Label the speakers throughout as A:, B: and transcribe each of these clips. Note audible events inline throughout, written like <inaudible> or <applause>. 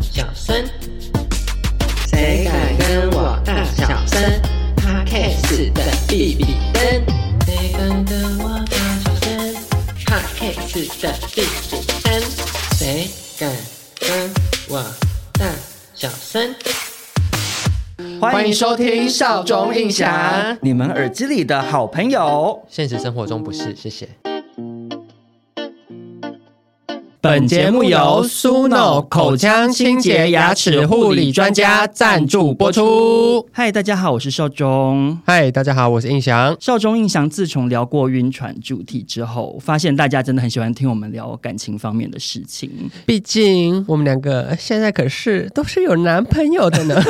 A: 小声？谁敢跟我大小声 p o d c 的比比登，谁敢跟我大小声 p o d c 的比比登，谁敢跟我大小声？
B: 欢
A: 欢
B: 迎
A: 迎
B: 收
A: 收
B: 听
A: 听
B: 少
A: 少
B: 中
A: 中
B: 印
A: 印
B: 象
A: 象，
B: 你们耳机里的好朋友。
A: 现实生活中不是，谢谢。
C: 本节目由苏诺口腔清洁牙齿护理专家赞助播出。
B: 嗨，大家好，我是少中。
C: 嗨，大家好，我是印翔。
B: 少中印象自从聊过晕船主题之后，发现大家真的很喜欢听我们聊感情方面的事情。
C: 毕竟我们两个现在可是都是有男朋友的
B: <laughs>
C: 呢。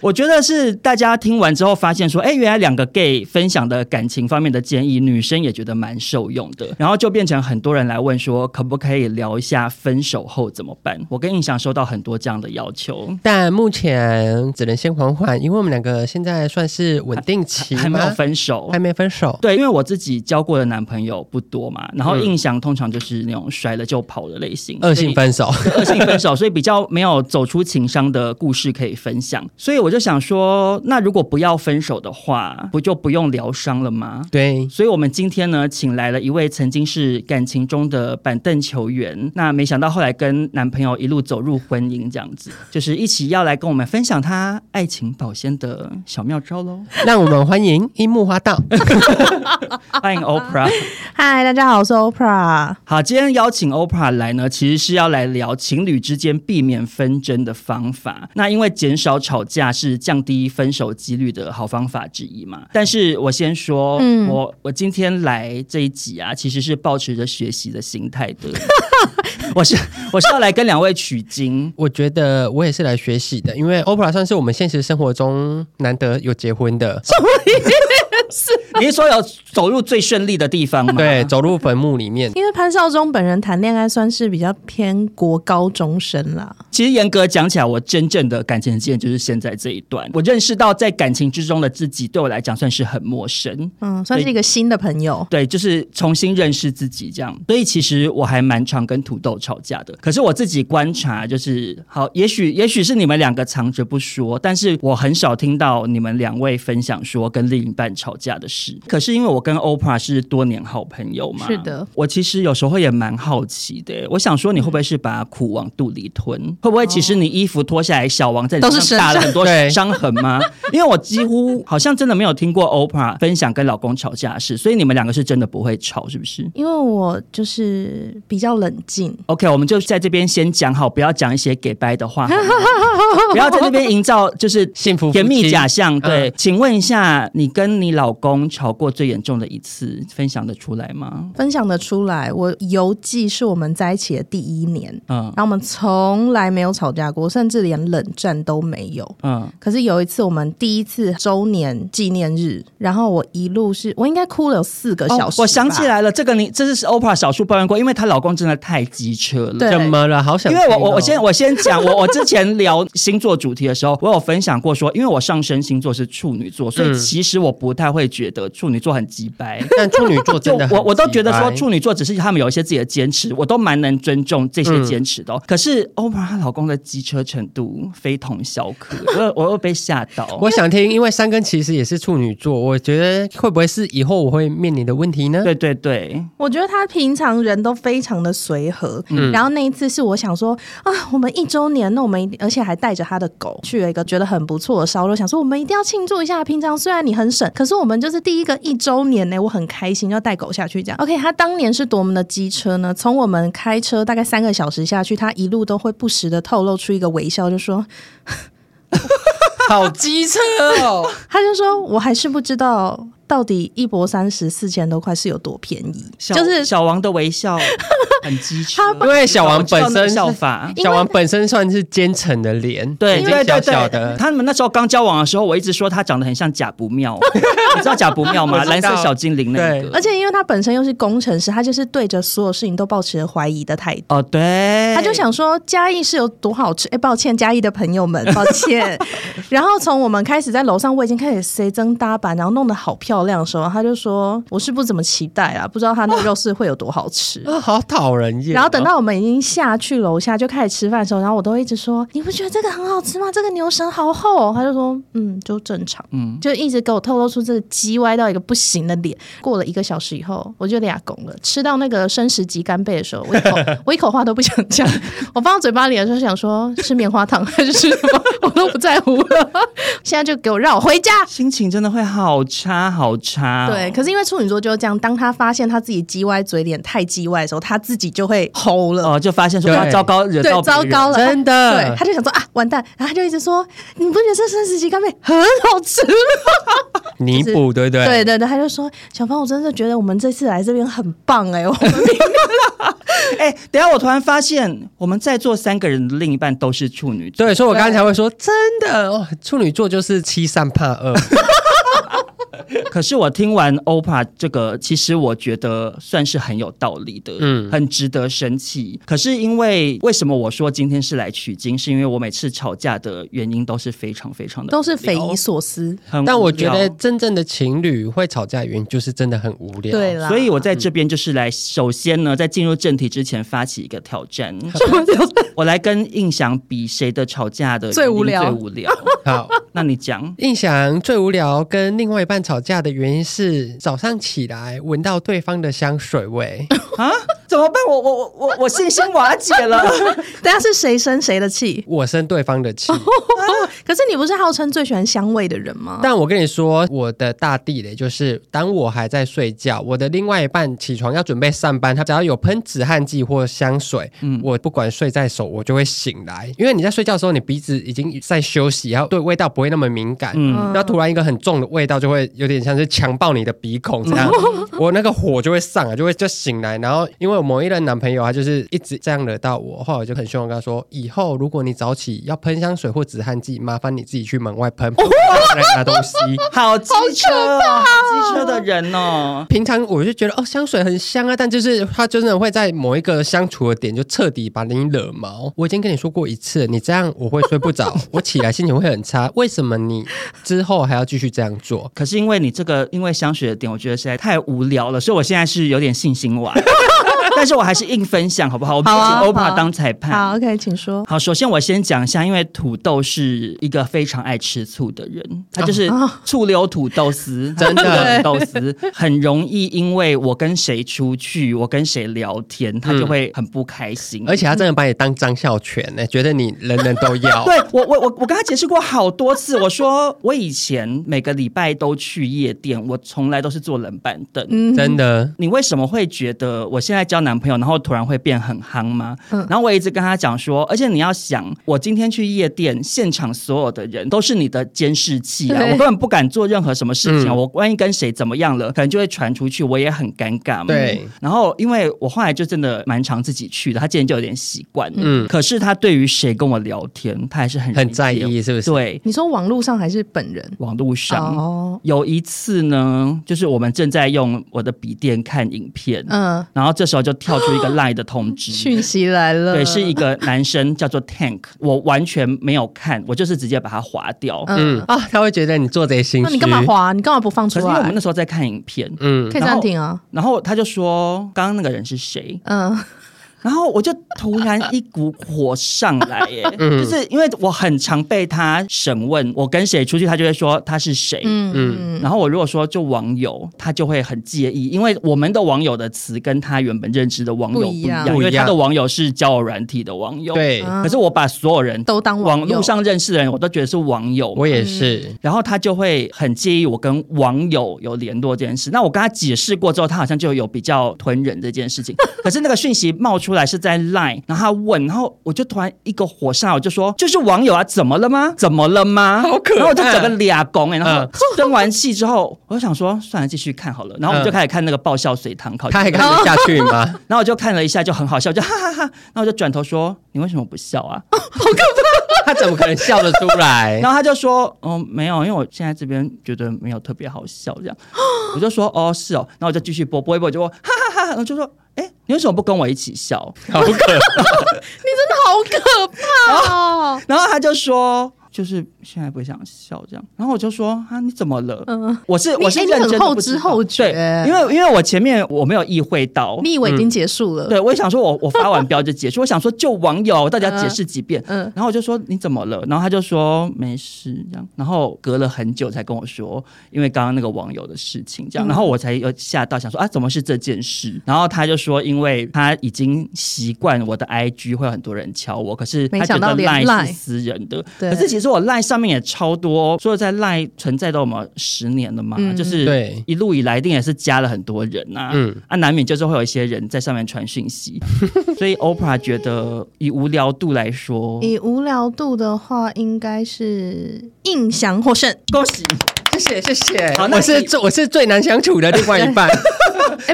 B: 我觉得是大家听完之后发现说，哎，原来两个 gay 分享的感情方面的建议，女生也觉得蛮受用的，然后就变成很多人来问说，可不可以聊一下分手后怎么办？我跟印象收到很多这样的要求。
C: 但目前只能先缓缓，因为我们两个现在算是稳定期
B: 还没有
C: 吗？
B: 分手
C: 啊还，没分手。
B: 对，因为我自己交过的男朋友不多嘛，然后印象通常就是那种甩了就跑的类型，
C: 嗯恶性
B: 所以 <laughs>
C: 分手，
B: 恶性分手，所以比较没有走出情伤的故事可以分享。所以我就想说，那如果不要分手的话，不就不用疗伤了吗？
C: 对，
B: 所以，我们今天呢，请来了一位曾经是感情中的板凳球员，那没想到后来跟男朋友一路走入婚姻，这样子，就是一起要来跟我们分享他爱情保鲜的小妙招喽。
C: 让我们欢迎樱木花道。
B: 欢迎 OPRA。
D: 嗨，大家好，我是 OPRA。
B: 好，今天邀请 OPRA 来呢，其实是要来聊情侣之间避免纷争的方法。那因为减少吵架是降低分手几率的好方法之一嘛。但是我先说，
D: 嗯
B: 我我今天来这一集啊，其实是抱持着学习的心态的。我是我是要来跟两位取
C: <laughs>
B: 经。
C: 我觉得我也是来学习的，因为 OPRA 算是我们现实生活中难得有结婚的，
B: 你是说有走入最顺利的地方吗？
C: 对，走入坟墓里面。
D: 因为潘少忠本人谈恋爱算是比较偏国高中生啦，
B: 其实严格讲起来，我真正的感情经验就是现在这一段。我认识到在感情之中的自己，对我来讲算是很陌生。
D: 嗯，算是一个新的朋友。
B: 对，就是重新认识自己这样。所以其实我还蛮常跟土豆吵架的。可是我自己观察，就是好，也许也许是你们两个藏着不说，但是我很少听到你们两位分享说跟另一半吵架的事。可是因为我跟 OPRA 是多年好朋友嘛，
D: 是的，
B: 我其实有时候也蛮好奇的。我想说，你会不会是把苦往肚里吞？会不会其实你衣服脱下来，小王在你
D: 嗯都是
B: 身上打了
D: 身上
B: 很多
C: 对
B: 伤痕
C: <laughs>
B: 吗？因为我几乎好像真的没有听过 OPRA 分享跟老公吵架的事，所以你们两个是真的不会吵，是不是
D: 因为我就是比较冷静，
B: ？OK，我们就在这边先讲好，不要讲一些给掰的
C: <laughs>
B: 话，好吗不要在这边营造就是
C: 幸福夫妻
B: 甜蜜假象。对，
C: 嗯
B: 请问一下，你跟你老公吵过最严重的一次，分享得出来吗？
D: 分享的出来。我邮寄是我们在一起的第一年，
B: 嗯
D: 然后我们从来没有吵架过，甚至连冷战都没有。
B: 嗯，
D: 可是有一次，我们第一次周年纪念日，然后我一路是我应该哭了有四个小时、
B: 哦。我想起，来了，这个你这是 OPRA 少数抱怨过，因为她老公真的太机车了。
D: 对
C: 怎么了？好想
B: 因
C: 听
B: 为
C: 哦、
B: 我我我先我先讲，我我之前聊星座主题的时候，我有分享过说，因为我上升星座是处女座，所以
C: 嗯
B: 其实我不太会觉得处女座很鸡掰。
C: 但处女座
B: <laughs> 就
C: 真的很
B: 我我都觉得说
C: 鸡
B: 处女座只是他们有一些自己的坚持，我都蛮能尊重这
C: 嗯
B: 些坚持的哦、可是 OPRA 她老公的机车程度非同小可， <laughs> 我我又被吓到。
C: <laughs> 掰。我想听，因为三根其实也是处女座，我觉得会不会是以后我会面临的问题呢？ <laughs>
B: 对对对，
D: 我觉得他平常人都非常的随和，然后那一次是我想说啊，我们一周年，那我们一定而且还带着他的狗去了一个觉得很不错的烧肉，想说我们一定要庆祝一下。平常虽然你很省，可是我们就是第一个一周年呢、我很开心，要带狗下去这样。OK，他当年是多么的机车呢？从我们开车大概三个小时下去，他一路都会不时的透露出一个微笑，就说
C: 好机车哦！
D: 他就说我还是不知道到底一博三十四千多块是有多便宜，
B: 小
D: 就是
C: <laughs>
B: 小王的微笑，很机车
D: 他，
B: 因
D: 把
B: 为
C: <laughs> 因为小王本身
B: 效法。
D: 因为
C: 小王本身算是奸臣的脸，
B: 对
C: 眼
B: 对
C: 睛
B: 对
C: 小小的
B: 对，，他们那时候刚交往的时候，我一直说他长得很像贾不
C: <laughs>
B: 妙，你知道贾不妙
C: 我
B: 吗？
C: 知道
B: 蓝色小精灵那个
C: 对，
D: 而且因为他本身又是工程师，他就是对着所有事情都抱持着怀疑的态度。
B: 哦对，
D: 他就想说嘉义是有多好吃，哎、抱歉，嘉义的朋友们，抱歉。然后从我们开始在楼上，我已经开始随增搭板，然后弄得好漂亮的时候，他就说我是不怎么期待啊啦，不知道他那个肉是会有多好吃。
C: 啊，好讨人厌哦。
D: 然后等到我们已经下去楼下就开始吃饭的时候，然后我都一直说：“你不觉得这个很好吃吗？这个牛舌好厚、哦。”他就说：“嗯，就正常。”嗯，就一直给我透露出这个鸡歪到一个不行的脸。过了一个小时以后，我就俩拱了。吃到那个生食级干贝的时候，我一口我一口话都不想讲，我放到嘴巴里的时候想说吃棉花糖还是吃什么，我都不在乎了。现在就给我让我回家。
B: 心情真的会好差好差哦、
D: 对，可是因为处女座就是这样，当他发现他自己鸡歪嘴脸太鸡歪的时候，他自己就会齁了。
B: 哦，就发现说
C: 对
B: 他糟糕惹
D: 对
B: 到，别
D: 糟
B: 人
D: 糕了，
C: 真的
D: 他对，他就想说啊，完蛋，然后他就一直说，你不觉得这生食鸡干贝很好吃吗？
C: 弥补，对不对？
D: <laughs> 对对对，他就说，小芳，我真的觉得我们这次来这边很棒 <laughs> 哎、我们明明
B: 哎、等一下我突然发现，我们在座三个人的另一半都是处女座，
C: 对，所以我刚才会说，真的哦，处女座就是欺善怕 <laughs> 恶，
B: 可是我听完 OPA 这个，其实我觉得算是很有道理的，
C: 嗯
B: 嗯，很值得生气。可是因为为什么我说今天是来取经，是因为我每次吵架的原因都是非常非常的
D: 都是匪夷所思，
B: 很无聊
C: 但我觉得。真正的情侣会吵架，原因就是真的很无聊。
D: 对啦，
B: 所以我在这边就是来，首先呢，在进入正题之前发起一个挑 <laughs> 战，
D: 什么叫做
B: 我来跟印象比谁的吵架的
D: 最
B: 原因
D: 无聊
B: 最无 <laughs> 聊。
C: 好，
B: 那你讲，
C: 印象最无聊跟另外一半吵架的原因是早上起来闻到对方的香水味，
B: 啊，怎么办？我我我我我信心瓦解了。
D: 等啊下是谁生谁的气？
C: 我生对方的气。
D: 可是你不是号称最喜欢香味的人吗？
C: 但我跟你说，我的大地雷就是，当我还在睡觉，我的另外一半起床要准备上班，他只要有喷止汗剂或香水，我不管睡在手，我就会醒来。因为你在睡觉的时候，你鼻子已经在休息，然后对味道不会那么敏感。
B: 嗯
D: 嗯
C: 然后突然一个很重的味道，就会有点像是强暴你的鼻孔这样，我那个火就会上来，就会就醒来。然后因为我某一任男朋友，他就是一直这样惹到我，后来我就很凶，我跟他说，以后如果你早起要喷香水或止汗剂，麻烦你自己去门外喷，不要来拿东西。
B: <laughs> 好机车哦，好机车的人哦。
C: 平常 <laughs> 我就觉得哦，香水很香啊，但就是它真的会在某一个相处的点就彻底把你惹毛。我已经跟你说过一次，你这样我会睡不着，我起来心情会很差。为什么你之后还要继续这样做？
B: 可是因为你这个，因为香水的点，我觉得实在太无聊了，所以我现在是有点信心
D: <laughs>
B: 完，但是我还是硬分享好不好？我们
D: 好
B: 请
D: 啊好
B: OPA
D: 啊
B: 当裁判。
D: 好，OK，请说。
B: 好，首先我先讲一下，因为土豆是一个非常爱吃醋的人，他就是
D: 啊
B: 醋溜土豆
D: <laughs>
B: 丝，真的土豆丝很容易，因为我跟谁出去，我跟谁聊天，他就会很不开心，
D: 哎
C: 而且他真的把你当张孝全呢、觉得你人人都 <laughs> 要。
B: 对我，我我我跟他解释过好多次，我说我以前每个礼拜都去夜店，我从来都是坐冷板凳。
C: 真的，
B: 你为什么会觉得我现在交男朋友，然后突然会变很夯吗？
C: 嗯
B: 然后我一直跟他讲说，而且你要想，我今天去夜店，现场所有的人都是你的监视器啊，
D: 对
B: 我根本不敢做任何什么事情啊、
C: 嗯
B: 我万一跟谁怎么样了，可能就会传出去，我也很尴尬嘛。
C: 对
B: 然后因为我后来就真的蛮常自己去的，他之前就有点习惯了。
C: 嗯
B: 嗯，可是他对于谁跟我聊天，他还是很
C: 很在
B: 容易
C: 意是不是？
B: 对，
D: 你说网络上还是本人？
B: 网络上。
D: 哦，
B: 有一次呢，就是我们正在用我的笔电看影片，
D: 嗯，
B: 然后这时候就跳出一个 LINE 的通
D: <gasps>
B: 知，
D: 讯息来了，
B: 对，是一个男生叫做 Tank，我完全没有看，我就是直接把它划掉。
C: 嗯啊，他会觉得你做贼心
D: 那
C: 虚。
D: 你干嘛？滑？你干嘛不放
B: 可
D: 出
B: 是因为我们
D: 来？
B: 那时候在看影片，
C: 嗯，
D: 可以
B: 然
D: 暂
B: 后
D: 停啊。
B: 然后他就说刚刚那个人是谁，
D: 嗯，
B: 然后我就突然一股火上来耶，就是因为我很常被他审问，我跟谁出去，他就会说他是谁，
D: 嗯
B: 然后我如果说就网友，他就会很介意，因为我们的网友的词跟他原本认知的网友
D: 不
B: 不一
D: 一样
B: 样，因为
C: 不一样
B: 他的网友是交友软体的网友。。
C: 对，
D: 啊
B: 可是我把所有人
D: 都当网
B: 网
D: 友
B: 络上认识的人，我都觉得是网友嘛。
C: 我也是。
B: 然后他就会很介意我跟网友有联
C: <laughs>
B: 络这件事。那我跟他解释过之后，他好像就有比较吞忍这件事情。可是那个讯息冒出出来是在 Line，然后他问，然后我就突然一个火上，我就说就是网友啊，怎么了吗？怎么了吗？
C: 好可爱
B: 然后我就整个俩拱哎，然后
C: 嗯
B: 生完气之后，我就想说算了，继续看好了，然后我们就开始看那个爆笑水堂考，
C: 他还看得下去吗？
B: 然后我就看了一下，就很好笑，就哈哈哈然后我就转头说你为什么不笑啊？
C: <laughs> 他怎么可能笑得出
B: <laughs>
C: 来？
B: 然后他就说，嗯，没有，因为我现在这边觉得没有特别好笑，
D: <gasps>
B: 这样，我就说，哦，是哦，然后我就继续播播一播，就说，哈哈哈然后就说，哎，你为什么不跟我一起笑？
C: 好可
D: 你真的好可怕哦！
B: 然后他就说。就是现在不想笑这样，然后我就说啊，你怎么了？
D: 嗯
B: 我是
D: 你
B: 我是
D: 诶
B: 认
D: 你
B: 真的
D: 很后
B: 不知
D: 知
B: 道
D: 后觉
B: 对，因为因为我前面我没有意会到，
D: 你以为已经结束了？
B: 嗯对我也想说我我发完标就结束，我想说救网友，大家解释几遍，
D: 嗯嗯
B: 然后我就说你怎么了？然后他就说没事这样，然后隔了很久才跟我说，因为刚刚那个网友的事情
D: 嗯
B: 这样，然后我才有吓到，想说啊怎么是这件事？然后他就说，因为他已经习惯我的 IG 会有很多人敲我，可是他
D: 没
B: 觉
D: 想到
B: 得
D: 连
B: Line
D: Line
B: 是私人的，
D: 对
B: 可是其实我 Line 上面也超多，所以在 Line 存在都我们十年了嘛，
D: 嗯
B: 就是
C: 对
B: 一路以来一定也是加了很多人呐、啊，
C: 嗯
B: 啊，难免就是会有一些人在上面传讯
C: <laughs>
B: 息，所以 OPRA 觉得以无聊度来说，
D: 以无聊度的话，应该是印象获胜。
B: 恭喜
C: <laughs> 谢谢谢谢
B: 好那
C: 我是
B: 你
C: 最我是最难相处的另外一半，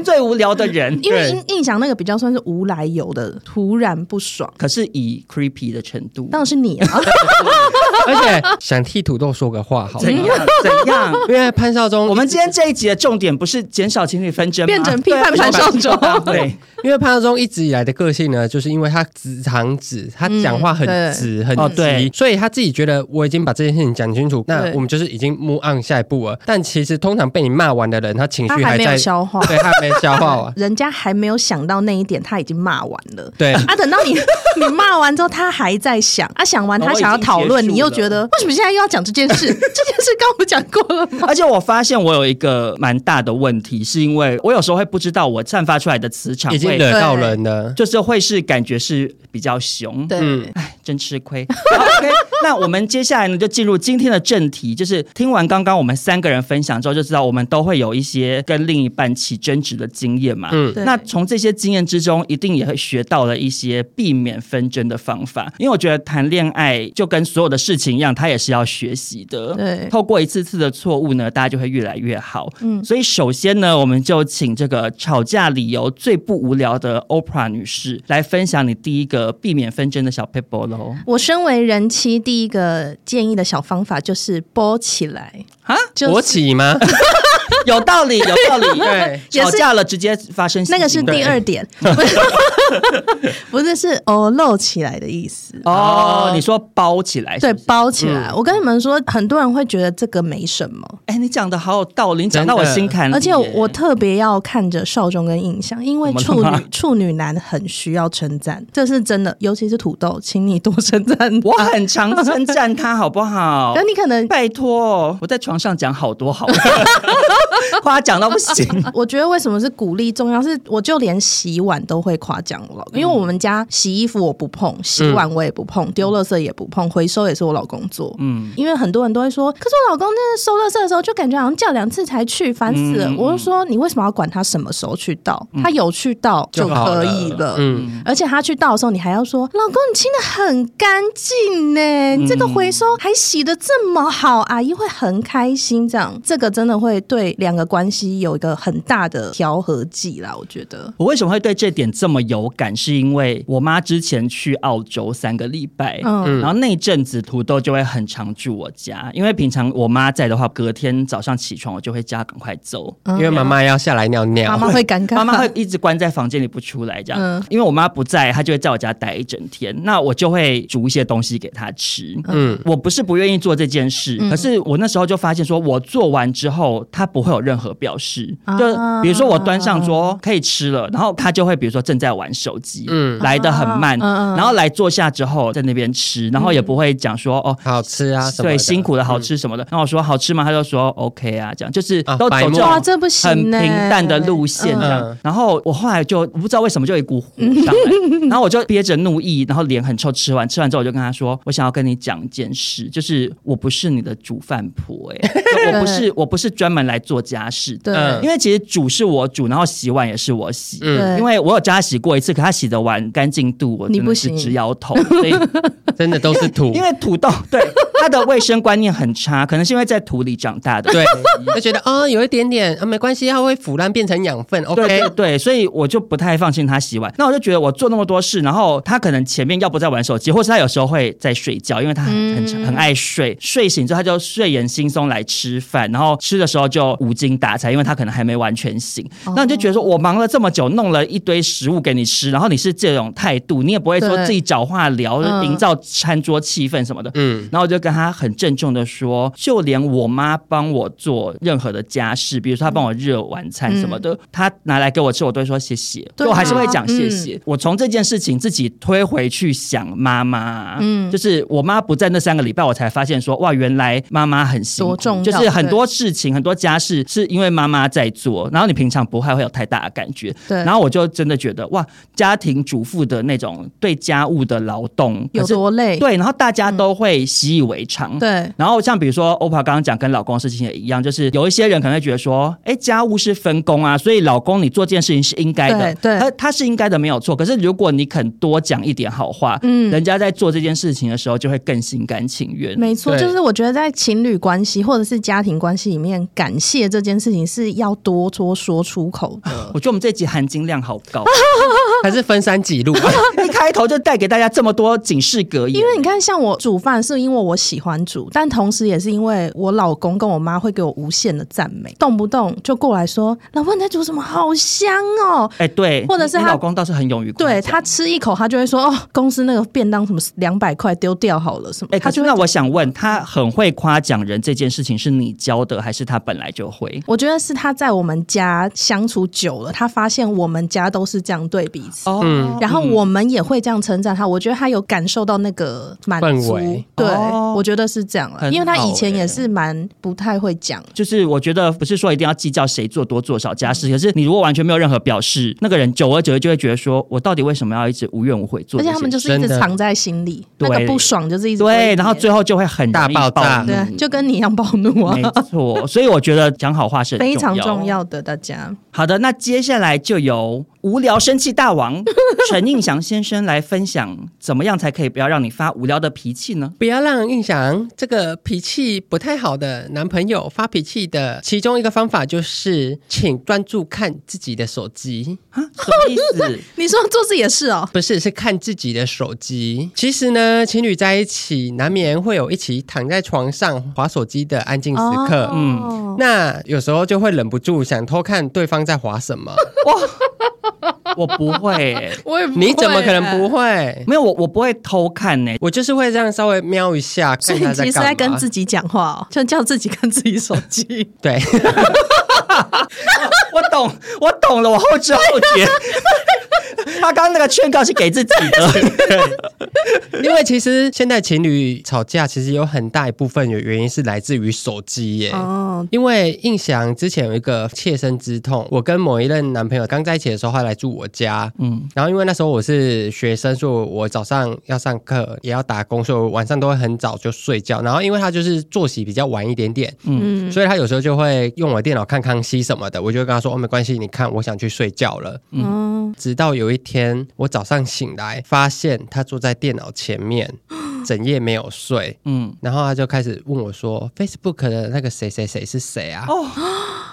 B: 最无聊的人。
D: 因
C: 对
D: 为印印象那个比较算是无来由的突然不爽，
B: 可是以 creepy 的程度，
D: 当然是你
B: <laughs>
D: 啊！
C: 而且想替土豆说个话好
B: 怎
C: 吗？
B: 样怎
D: <laughs>
B: 样？
C: 因为潘少忠，
B: 我们今天这一集的重点不是减少情侣纷争吗，
D: 变成批判
B: 对啊
D: 潘少忠 <laughs>
B: 对，
C: 因为潘少忠一直以来的个性呢，就是因为他直肠直，他讲话
D: 嗯
C: 很直、很
B: 哦
C: 直、
B: 对
C: 所以他自己觉得我已经把这件事情讲清楚，那
D: 对
C: 我们就是已经 move on 下一步了。但其实通常被你骂完的人，他情
D: 他
C: 绪
D: 还没
C: 在
D: 有，消化，。
C: 对，他还没消化
B: <laughs>
C: 完
D: 人家还没有想到那一点，他已经骂完了。
C: 对，
D: 啊，等到你 <laughs> 你骂完之后，他还在想，啊，想完
B: 哦
D: 他想要讨
B: 已
D: 论，
B: 经结束了
D: 你又觉得为什么现在又要讲这件事？ <laughs> 这件事刚我讲过了吗？
B: 而且我发现我有一个蛮大的问题，是因为我有时候会不知道我散发出来的磁场
C: 已经
B: 会，
C: 惹到人了。
B: 就是会是感觉是比较熊，
D: 对，
C: 嗯
B: 哎，真吃亏。好 OK，那 <laughs> 我们接下来呢，就进入今天的正题，就是听完刚刚我们三个人分享之后，就知道我们都会有一些跟另一半起争执的经验嘛。
C: 嗯
D: 对
B: 那从这些经验之中，一定也会学到了一些避免纷争的方法，因为我觉得谈恋爱就跟所有的事情一样，它也是要学习的。
D: 对
B: 透过一次次的错误呢，大家就会越来越好。嗯，
D: 嗯
B: 所以首先呢，我们就请这个吵架理由最不无聊的 OPRA 女士来分享你第一个避免纷争的小 paper
D: <laughs>
B: 喽。
D: 我身为人妻，第一个建议的小方法就是播起来，
B: 啊，
D: 就是
C: 勃起吗？
B: 有道理，有道
D: <laughs>
B: 理。
C: 对，
D: 也
B: 吵
D: 是
B: 架了直接发生性
D: 那个是
B: 行为
D: 第二
B: <laughs>
D: 点，不是不是是哦露起来的意思。
B: 哦。你说包起来，
D: 对，
B: 哎是不是嗯
D: 包起来。我跟你们说，很多人会觉得这个没什么，
B: 哎，你讲的好有道理，你讲到我
C: 真的
B: 心坎里耶。
D: 而且我特别要看着少中跟印象，因为
B: 怎
D: 处
B: 么了吗
D: 女处女男很需要称赞，这是真的，尤其是土豆，请你多称赞
B: 我
D: 我。
B: 很常称赞他，好不
D: <laughs>
B: 好
D: 可？你可能，
B: 拜托，我在床上讲好多
D: <laughs>
B: 好，夸奖到不行。
D: 我觉得为什么是鼓励重要？是我就连洗碗都会夸奖我老公，
B: 嗯
D: 因为我们家洗衣服我不碰，洗碗我也不碰，丢垃圾也不碰，回收也是我老公做。
B: 嗯，
D: 因为很多人都会说，可是我老公那收垃圾的时候，就感觉好像叫两次才去，烦死了。
B: 嗯嗯嗯
D: 我就说，你为什么要管他什么时候去倒？他有去倒
C: 就
D: 就
C: 好
D: 可
C: 了
D: 以了。
C: 嗯，
D: 而且他去倒的时候，你还要说：“老公，你清的很干净呢，
B: 嗯
D: 你这个回收还洗的这么好，阿姨会很开心。”这样，这个真的会对两个关系有一个很大的调和剂啦，我觉得。
B: 我为什么会对这点这么有感？是因为我妈之前去澳洲三个礼拜，
D: 嗯，
B: 然后那一阵子土豆就会很常住我家，因为平常我妈在的话，隔天早上起床我就会叫她赶快走，
D: 嗯
C: 因为妈妈要下来尿
D: 妈
C: 尿，
D: 妈会尴尬，
B: 妈妈哎会一直关在房间里不出来，这样。
D: 嗯
B: 因为我妈不在，她就会在我家待一整天。那我就会煮一些东西给她吃。嗯
C: 嗯，
B: 我不是不愿意做这件事，
D: 嗯
B: 可是我那时候就发现说，我做完之后，她不会有任何表示。
D: 啊
B: 就比如说我端上桌可以吃了，然后她就会比如说正在玩手机，嗯，
C: 嗯
B: 来的很慢，
D: 啊嗯嗯嗯
B: 然后来坐下之后在那边吃，然后也不会讲说哦。
C: 好吃啊什么的，
B: 对，辛苦了，好吃什么的。然后我说好吃吗？她就说 OK 啊，这样就是
C: 啊
B: 都走
C: 白目
B: 这
D: 哇，
B: 种
D: 这不行
B: 很平
D: 呢，
B: 淡的路线这样。
C: 嗯
B: 然后我后来就我不知道为什么就有一股火上
D: <laughs>
B: 来，然后我就憋着怒意，然后脸很臭。吃完吃完之后，我就跟他说，我想要跟
D: <laughs>
B: 你讲一件事，就是我不是你的煮饭婆、欸，哎，我不是我不是专门来做家事的，
D: 对嗯
C: 嗯
B: 因为其实煮是我煮，然后洗碗也是我洗。
D: 对，
B: 因为我有叫他洗过一次，可他洗的碗干净度我
D: 你
B: 真
D: 不
B: 的是
D: 行
B: 直摇头，所
D: <laughs>
B: 以
C: 真的都是土
B: 因，为土豆对它的卫生观念很差，可能是因为在土里长大的。
C: 对，就觉得啊、哦有一点点啊，没关系，它会腐烂变成养分
B: 对
C: ，OK
B: 对。对，所以我就不太放心他洗碗。那我就觉得我做那么多事，然后他可能前面要不在玩手机，或是他有时候会在睡觉，因为他很
D: 嗯
B: 很很爱睡。睡醒之后他就睡眼惺忪来吃饭，然后吃的时候就无精打采，因为他可能还没完全醒。
D: 哦
B: 那你就觉得说我忙了这么久，弄了一堆食物给你吃，然后你是这种态度，你也不会说
D: 对
B: 自己找话聊，
D: 嗯
B: 营造餐桌气氛什么的。
C: 嗯，
B: 然后我就跟他很郑重的说，就连我妈帮我做任何的家事，比如说她帮我热晚餐什么的，她拿来给我吃，我都会说谢谢，
D: 嗯对啊嗯
B: 我还是会讲谢谢。我从这件事情自己推回去想妈妈，
D: 嗯
B: 就是我妈不在那三个礼拜，我才发现说，哇，原来妈妈很辛苦，
D: 多重要
B: 就是很多事情很多家事是因为妈妈在做，然后你平常不太会有太大的感觉。
D: 对
B: 然后我就真的觉得哇，家庭主妇的那种对家务的劳动
D: 有
B: 可是
D: 多累？
B: 对，然后大家都会习以为常。。
D: 嗯对
B: 然后像比如说 OPPO 刚刚讲跟老公的事情也一样，就是有一些人可能会觉得说，哎，家务是分工啊，所以老公你做这件事情是应该的，
D: 对对
B: 他他是应该的没有错。可是如果你肯多讲一点好话，
D: 嗯
B: 人家在做这件事情的时候就会更心甘情愿。
D: 没错，
C: 对
D: 就是我觉得在情侣关系或者是家庭关系里面，感谢这件事情是要多多说出口的。
B: 我觉得我们这集含金量好高， <laughs>
C: 还是分三几路、啊，
B: 一开头就带给大家这么多警示格言，
D: <laughs> 因为你看，像我煮饭是因为我喜欢煮，但同时也是因为我老公跟我妈会给我无限的赞美，动不动就过来说：“老婆，你在煮什么？好香哦
B: 哎对，
D: 或者是
B: 你
D: 他
B: 老公倒是很勇于！”
D: 对
B: 夸奖
D: 他吃一口，他就会说：“哦，公司那个便当什么两百块丢掉好了什么。
B: 哎、
D: 他
B: 可
D: 就是会
B: 那我想问，他很会夸奖人这件事情是你教的，还是他本来就会？
D: 我觉得是他在我们家相处久了，他发现我们家都是这样对彼此。
B: 哦，
D: 然后我们也会这样称赞他，我觉得他有感受到那个满
C: 氛
D: 足
C: 围。
D: 对，
B: 哦
D: 我觉得是这样了，
B: 很
D: 因为他以前
B: 好欸
D: 也是蛮不太会讲。
B: 就是我觉得不是说一定要计较谁做多做少家事，可是你如果完全没有任何表示，那个人久而久之就会觉得说，我到底为什么要一直无怨无悔做
D: 而
B: 这些
D: 且
B: 事？
D: 他们就是一直
C: 真的
D: 藏在心里，那
B: 对
D: 个不爽就是一直
B: 对，
D: 堆叠
B: 然后最后就会很容易
C: 大爆炸嗯
B: 暴怒
D: 对，就跟你一样暴怒啊
B: 没，错，所以我觉得讲好话是很
D: 非常重
B: 重
D: 要的。大家
B: 好的，那接下来就由无聊生气大
D: <laughs>
B: 王陈印祥先生来分享，怎么样才可以不要让你发无聊的脾气呢？
C: 不要让印象这个脾气不太好的男朋友发脾气的其中一个方法就是，请专注看自己的手机，
B: 啊，什么意
D: <laughs>
B: 思？
D: 你说做自己的事哦，
C: 不是是看自己的手机。其实呢，情侣在一起难免会有一起躺在床上划手机的安静时刻。
D: 哦
B: 嗯
C: 那有时候就会忍不住想偷看对方在划什
D: <laughs>
C: 么，
B: 我不会欸、
D: 我也不
C: 你怎么可能不
D: 会？啊
C: 会？
B: 没有我我不会偷看欸
C: <laughs>
B: 呢、
C: 我就是会这样稍微瞄一下，
D: 所
C: 看
D: 以
C: 他
D: 你其实
C: 干嘛。。
D: 在跟自己讲话哦，就叫自己看自己手机
C: 对，
B: <laughs> 我懂，我懂了，我后知后
D: 啊
B: 觉。他刚刚那个劝告是给自己
D: <laughs>
B: 的，
C: <laughs> 因为其实现在情侣吵架，其实有很大一部分有原因是来自于手机耶。
D: 哦，
C: 因为印象之前有一个切身之痛，我跟某一任男朋友刚在一起的时候，他来住我家，
B: 嗯
C: 嗯，然后因为那时候我是学生，所以我早上要上课，也要打工，所以我晚上都会很早就睡觉。然后因为他就是作息比较晚一点点，
D: 嗯，
C: 所以他有时候就会用我的电脑看康熙什么的，我就会跟他说：“哦，没关系，你看，我想去睡觉了。”
D: 嗯，
C: 直到有一天我早上醒来，发现他坐在电脑
B: <gasps>
C: 前面，整夜没有睡。
B: 嗯，
C: 然后他就开始问我说：“Facebook 的那个谁谁谁是谁啊？”
B: 哦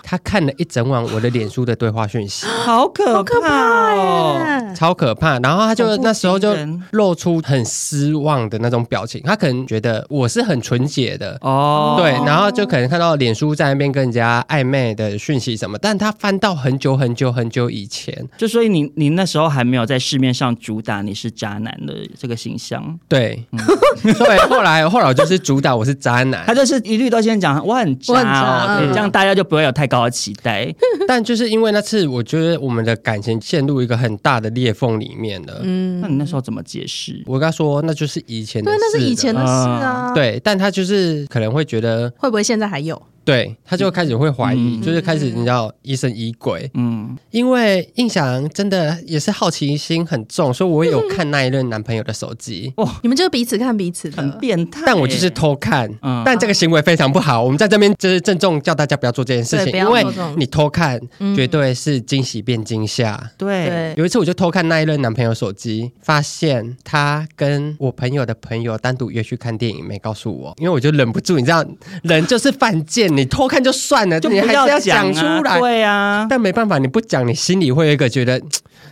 C: 他看了一整晚我的脸书的对话讯
B: <gasps>
C: 息，
B: 好可怕哦！
D: 啊
C: 超可怕。然后他就
B: 恐怖情人
C: 那时候就露出很失望的那种表情，他可能觉得我是很纯洁的。
B: 哦，
C: 对，然后就可能看到脸书在那边跟人家暧昧的讯息什么，但他翻到很久很久很久以前，
B: 就所以你你那时候还没有在市面上主打你是渣男的这个形象，
C: 对， <laughs> 所以后来后来我就是主打我是渣男
B: 他，就是一律都先讲我很渣
D: 我很渣
B: 哦，对
D: 嗯
B: 这样大家就不会有太高的期待。
C: 但就是因为那次，我觉得我们的感情陷入一个很大的裂缝里面了。
D: 嗯
B: 那，你那时候怎么解释？
C: 我跟他说，那就是以前的
D: 对，啊
C: 事，
D: 那是以前的事
C: 嗯
B: 啊
D: 啊。，
C: 对，但他就是可能会觉得，
D: 会不会现在还有？
C: 对他就开始会怀疑，就是开始你知道疑神疑鬼，
B: 嗯，，
C: 因为印象真的也是好奇心很重，所以我有看那一任男朋友的手机
D: 你们就是彼此看彼此的，
B: 很变态欸。
C: 但我就是偷看
B: 嗯，
C: 但这个行为非常不好。我们在这边就是郑重叫大家不要做这件事
D: 对
C: 情，
D: 不要
C: 因
D: 做
C: 为
D: 这种
C: 你偷看
D: 嗯
C: 绝对是惊喜变惊吓。
B: 对，
D: 对，
C: 有一次我就偷看那一任男朋友手机，发现他跟我朋友的朋友单独约去看电影，没告诉我，因为我就忍不住，你知道，人就是犯贱，你偷看就算了，
B: 就不
C: 你还是要
B: 讲
C: 出
B: 啊
C: 来。
B: 对啊，
C: 但没办法，你不讲，你心里会有一个觉得，嘖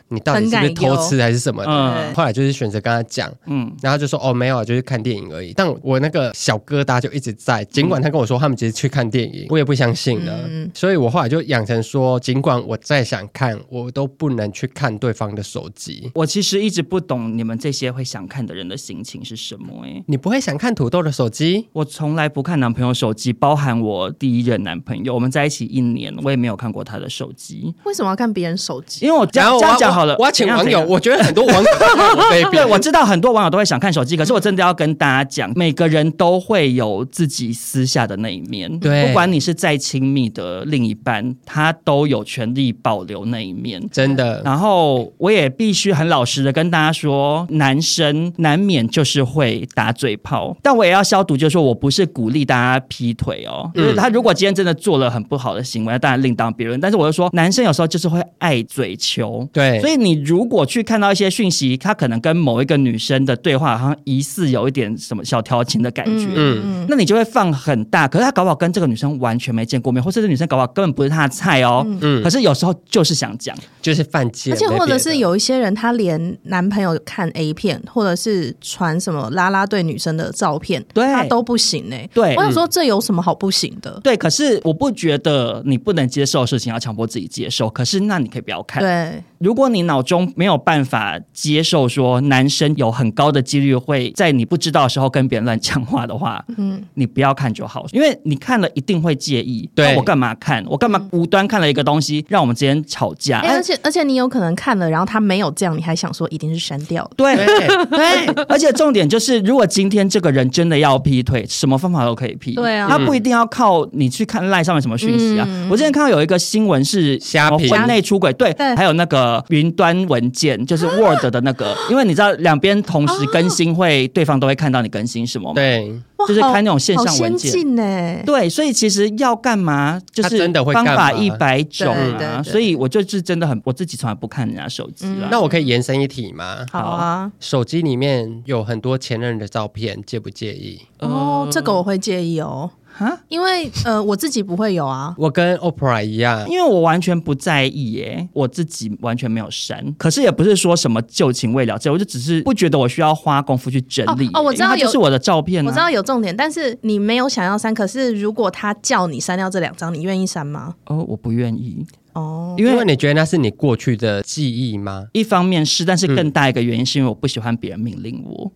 C: 你到底是不是
D: 很感
C: 偷
D: 忧
C: 吃还是什么的。
B: 嗯
C: 后来就是选择跟他讲，
B: 嗯，
C: 然后就说哦没有，就是看电影而已。但我那个小疙瘩就一直在，尽管他跟我说他们只是去看电影，我也不相信了。
D: 嗯
C: 所以我后来就养成说，尽管我再想看，我都不能去看对方的手机。
B: 我其实一直不懂你们这些会想看的人的心情是什么、欸。
C: 你不会想看土豆的手机？
B: 我从来不看男朋友手机，包含我第一任男朋友，我们在一起一年，我也没有看过他的手机，
D: 为什么要看别人手机？
B: 因为我这
C: 然
B: 样
C: 后
B: 这
C: 我要
B: 样讲好了，
C: 我要请
B: 怎样
C: 网友，
B: 怎样
C: 我觉得很多网友在我对
B: <laughs> 对，我知道很多网友都会想看手机，可是我真的要跟大家讲，每个人都会有自己私下的那一面。
C: 对
B: 不管你是再亲密的另一半，他都有权利保留那一面。
C: 真的，
B: 然后我也必须很老实的跟大家说，男生难免就是会打嘴炮，但我也要消毒，就是说我不是鼓励大家劈腿哦，
C: 嗯
B: 就是他如果今天真的做了很不好的行为，那当然另当别论。但是我就说，男生有时候就是会爱嘴求，
C: 对，
B: 所以你如果去看到一些讯息，他可能跟某一个女生的对话，好像疑似有一点什么小调情的感觉。
C: 嗯
B: 那你就会放很大，可是他搞不好跟这个女生完全没见过面，或是这女生搞不好根本不是他的菜哦。可
C: 嗯，
B: 是有时候就是想讲，
C: 就是犯贱，
D: 而且
C: 没
D: 或者
C: 别
D: 是
C: 的
D: 有一些人，他连男朋友看 A 片，或者是传什么啦啦队女生的照片，
B: 对
D: 他都不行呢、
B: 对嗯
D: 我想说这有什么好不行的？
B: 对，可是我不觉得你不能接受的事情要强迫自己接受。可是那你可以不要看。
D: 对，
B: 如果你脑中没有办法接受说男生有很高的几率会在你不知道的时候跟别人乱讲话的话，嗯，你不要看就好，因为你看了一定会介意。
C: 对
B: 那我干嘛看？我干嘛无端看了一个东西让我们之间吵架？
D: 嗯哎而且而且你有可能看了，然后他没有这样，你还想说一定是删掉的。
B: 对。 <laughs>
C: 对
B: 对，而且重点就是，如果今天这个人真的要劈腿，什么方法都可以劈。
D: 对啊
B: 他不一定要靠你去看赖上面什么讯息啊。
D: 嗯
B: 我之前看到有一个新闻是
C: 虾
B: 什么
C: 皮
B: 婚内出轨，对，
D: 对啊
B: 还有那个云端文件，就是 Word 的那个，因为你知道两边同时更新会，对方都会看到你更新什么嘛。
C: 对，
D: 哇
B: 就是
D: 好
B: 看那种线上文
D: 好先
B: 件
D: 进呢、欸
B: 对，所以其实要干嘛，就
C: 他
B: 是
C: 真的会
B: 方
C: 干
B: 法
C: 嘛
B: 一百种
D: 对对
B: 啊。
D: 对
B: 所以我就是真的很，我自己从来不看人家手机啦。
C: 那我可以延伸一题吗？
D: 好啊，
C: 手机里面有很多前任的照片，介不介意？
D: 哦，这个我会介意哦，
B: 呃哈，
D: 因为呃，我自己不会有啊。
C: 我跟 OPRA 一样，
B: 因为我完全不在意耶，我自己完全没有删。可是也不是说什么旧情未了之类，我就只是不觉得我需要花功夫去整理耶。
D: 哦哦我知道
B: 因为它
D: 有
B: 就是我的照片、啊，
D: 我知道有重点，但是你没有想要删。可是如果他叫你删掉这两张，你愿意删吗？
B: 哦，我不愿意，
D: 哦，
B: 因
C: 因
B: 为
C: 为你觉得那是你过去的记忆吗？
B: 一方面是，但是
C: 嗯
B: 更大一个原因是因为我不喜欢别人命令我。哦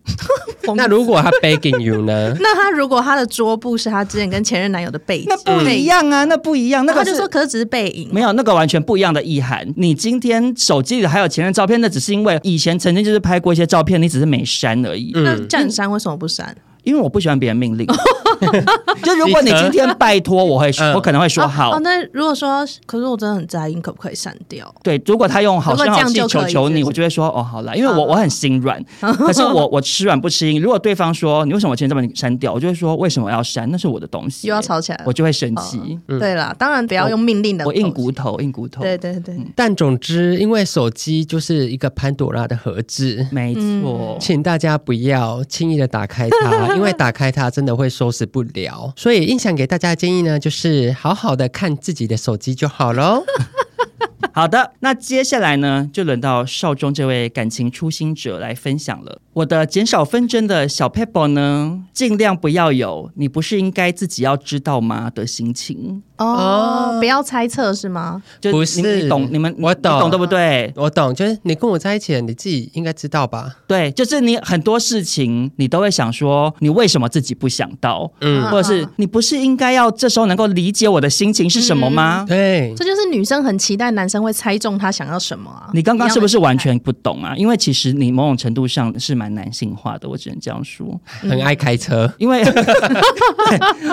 D: 疯？
C: 那如果他 begging you 呢 <laughs>
D: 那他如果他的桌布是他之前跟前任男友的背景，背影
B: 样啊，那不一样，
D: 然后他就说可是只是背影，
B: 没有那个完全不一样的意涵。你今天手机里还有前任照片，那只是因为以前曾经就是拍过一些照片，你只是没删而
C: 嗯
B: 已。
D: 那叫你删为什么不删？
B: 因为我不喜欢别人命
D: <laughs>
B: 令。就如果你今天拜托，我会
C: 嗯
B: 我可能会说好
D: 哦，。那如果说可是我真的很在意，你可不可以删掉？
B: 对，如果他用好
D: 如果
B: 声好
D: 这样
B: 气
D: 就
B: 求
D: 可以
B: 求
D: 是
B: 你，
D: 不
B: 我就会说哦，好了，因为我
D: 嗯
B: 我很心
D: <laughs>
B: 软，可是我我吃软不吃硬。如果对方说你为什么今天这么删掉，我就会说为什么要删？那是我的东西，
D: 又要吵起来了哦
B: 我就会生气，嗯
D: 对啦，当然不要用命令的口
B: 我
D: 气，
B: 硬骨头，硬骨头，嗯
D: 对对对，
C: 但总之，因为手机就是一个潘多拉的盒子，
B: 没错，
D: 嗯
C: 请大家不要轻易的打开
B: <laughs>
C: 它，因为打开它真的会收拾不了。所以，印象给大家的建议呢，就是好好的看自己的手机就好
B: <laughs>
C: 喽。
B: 好的，那接下来呢，就轮到少中这位感情初心者来分享了。我的减少纷争的小 pebble 呢，尽量不要有“你不是应该自己要知道吗”的心情。
D: 哦，不要猜测是吗？
B: 就
C: 不
B: 你
C: 是
B: 你懂你们，
C: 我
B: 你懂，
C: 懂
B: 对不对？
C: 我懂，就是你跟我在一起了，你自己应该知道吧？
B: 对，就是你很多事情，你都会想说，你为什么自己不想到，
C: 嗯，
B: 或者是
D: 嗯
B: 你不是应该要这时候能够理解我的心情是什么吗？
D: 嗯
C: 对，
D: 这就是女生很期待男生会猜中她想要什么啊。
B: <laughs> 你刚刚
D: 一样的
B: 是不是完
D: 期待？
B: 全不懂啊？因为其实你某种程度上是蛮男性化的，我只能这样说。
C: 很爱开车，
B: 因
D: <laughs>
B: 为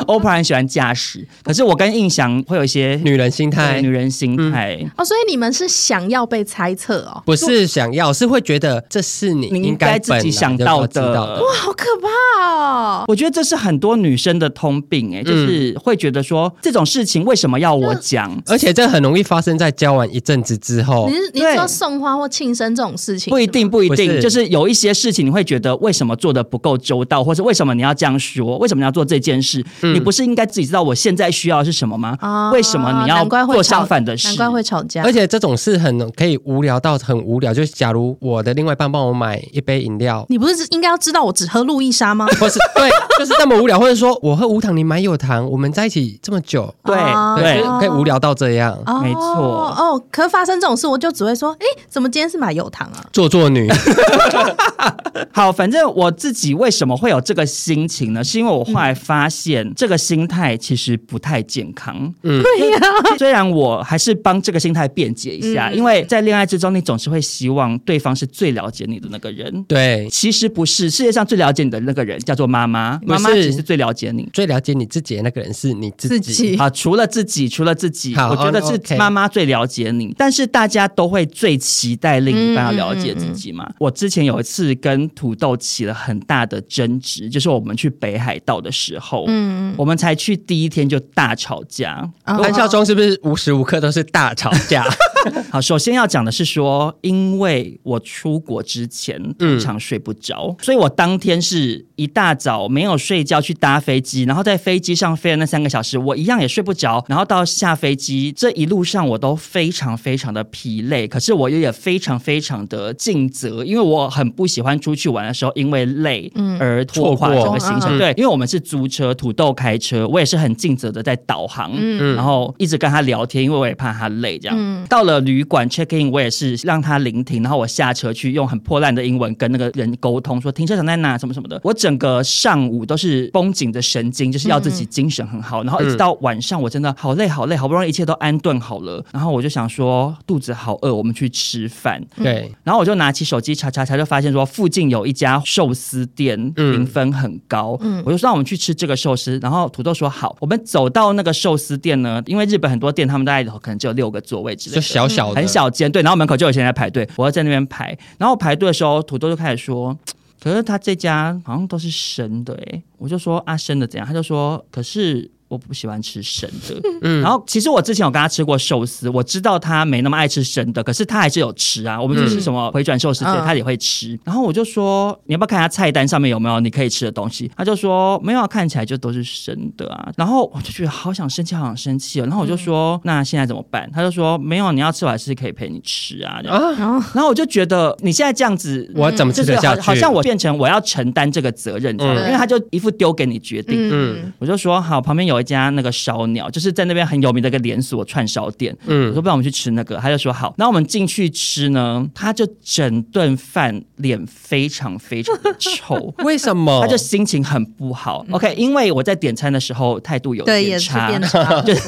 B: OPRA 很喜欢驾驶，可是我跟印翔会有一些
C: 女人心
B: 嗯对
C: 态嗯
B: 女人心态。
D: 哦，所以你们是想要被猜测哦，
C: 不是想要，是会觉得这是你
B: 你应
C: 应该
B: 该自己想
C: 本来就
B: 到
C: 要知道
B: 的
C: 的。。
D: 好可怕哦！
B: 我觉得这是很多女生的通病、哎，就是
C: 嗯
B: 会觉得说这种事情为什么要我讲？
C: 而且这很容易发生在交往一阵子之后
D: 你，是你
B: 对
D: 是说送花或庆生这种事情，
B: 不一定，不一
C: 不
B: 定，
C: 是
B: 就是有一些事情，你会觉得为什么做的不够周到，或者为什么你要这样说，为什么你要做这件事？你不是应该自己知道我现在需要的是什么吗？
D: 啊？
B: 为什么你要
D: 难怪会
B: 做
D: 吵
B: 相反的事？
D: 难怪会吵架。
C: 而且这种事很可以无聊到很无聊。就是假如我的另外一半帮我买一杯饮料，
D: 你不是应该要知道我只喝路易莎吗？
C: 或是 <laughs> 对，就是这么无聊，或者说我喝无糖，你买有糖，我们在一起这么久，
B: 对
D: 啊
B: 对
C: 对，就是可以无聊到这样，
D: 哦
B: 没错
D: 哦，可发生这种事，我就只会说，哎，怎么今天是买有糖啊？
C: 做作女，
B: 好，反正我自己为什么会有这个心情呢？是因为我后来发现这个心态其实不太健康。嗯，对呀、虽然我还是帮这个心态辩解一
D: 嗯
B: 下，因为在恋爱之中，你总是会希望对方是最了解你的那个人。
C: <laughs> 对，
B: 其实不是，世界上最了解你的那个人叫做妈妈，
C: 不
B: 妈
C: 是
B: 妈其实最了解你。
C: 最了解你自己的那个人是你自己。
D: 自己
B: 啊，除了自己，除了自己，
C: 好
B: 我觉得
C: 哦
B: 是
C: ，OK
B: 妈妈最了解你。但是大家都会最期待另一半要了解自己嘛。
C: 嗯
B: 我之前有一次跟土豆起了很大的争执，就是我们去北海道的时候，嗯，我们才去第一天就大吵架。
D: 哦
C: 潘孝忠是不是无时无刻都是大吵
D: <laughs>
C: 架？
B: <laughs> 好，首先要讲的是说，因为我出国之前
C: 嗯
B: 通常睡不着，所以我当天是一大早没有睡觉去搭飞机，然后在飞机上飞了那三个小时，我一样也睡不着，然后到下飞机这一路上我都非常非常的疲累，可是我又也非常非常的尽责，因为我很不喜欢出去玩的时候因为累而拖垮
C: 嗯错过
B: 整个行程。
C: 嗯
B: 对，因为我们是租车，土豆开车，我也是很尽责的在导航，
C: 嗯
B: 然后一直跟他聊天，因为我也怕他累。这样、到了旅馆 check in，我也是让他聆听，然后我下车去用很破烂的英文跟那个人沟通，说停车场在哪，什么什么的。我整个上午都是绷紧的神经，就是要自己精神很好，然后一直到晚上我真的好累好累，好不容易一切都安顿好了，然后我就想说肚子好饿，我们去吃饭。
C: 对，
B: 然后我就拿起手机查查查，就发现说附近有一家寿司店
C: 嗯
B: 评分很高，我就说让我们去吃这个寿司。然后土豆说好，我们走到那个寿司店呢，因为日本很多店他们大概可能只有六个座位之类
C: 就
B: 的。
C: 小小的，
B: 很小间，对，然后门口就有些人在排队，我要在那边排，然后排队的时候，土豆就开始说，嗯可是他这家好像都是生的、欸，我就说啊生的怎样，他就说可是。我不喜欢吃生的，然后其实我之前有跟他吃过寿司，我知道他没那么爱吃生的，可是他还是有吃啊。我们去吃什么回转寿司之类，
D: 嗯
B: 他也会吃。然后我就说，你要不要看他菜单上面有没有你可以吃的东西？他就说没有啊，看起来就都是生的啊。然后我就觉得好想生气，好想生气哦。然后我就说，那现在怎么办？他就说没有，你要吃我还是可以陪你吃啊。这样然后我就觉得你现在这样子，
C: 我怎么吃
B: 就
C: 得
B: 是
C: 下
B: 好
C: 去？
B: 好像我变成我要承担这个责任，
C: 嗯。
B: 因为他就一副丢给你决定。
D: 嗯，
B: 我就说好，旁边有一家那个烧鸟，就是在那边很有名的一个连锁串烧店。嗯，我说不然我们去吃那个，他就说好。那我们进去吃呢，他就整顿饭脸非常非常的
D: <laughs>
B: 臭
C: 为什
B: <laughs>
C: 么？
B: 他就心情很不好。OK，因为我在点餐的时候态度有
D: <laughs> 嗯对，
B: 点
D: 也是
B: 差
D: 变差。
B: 就是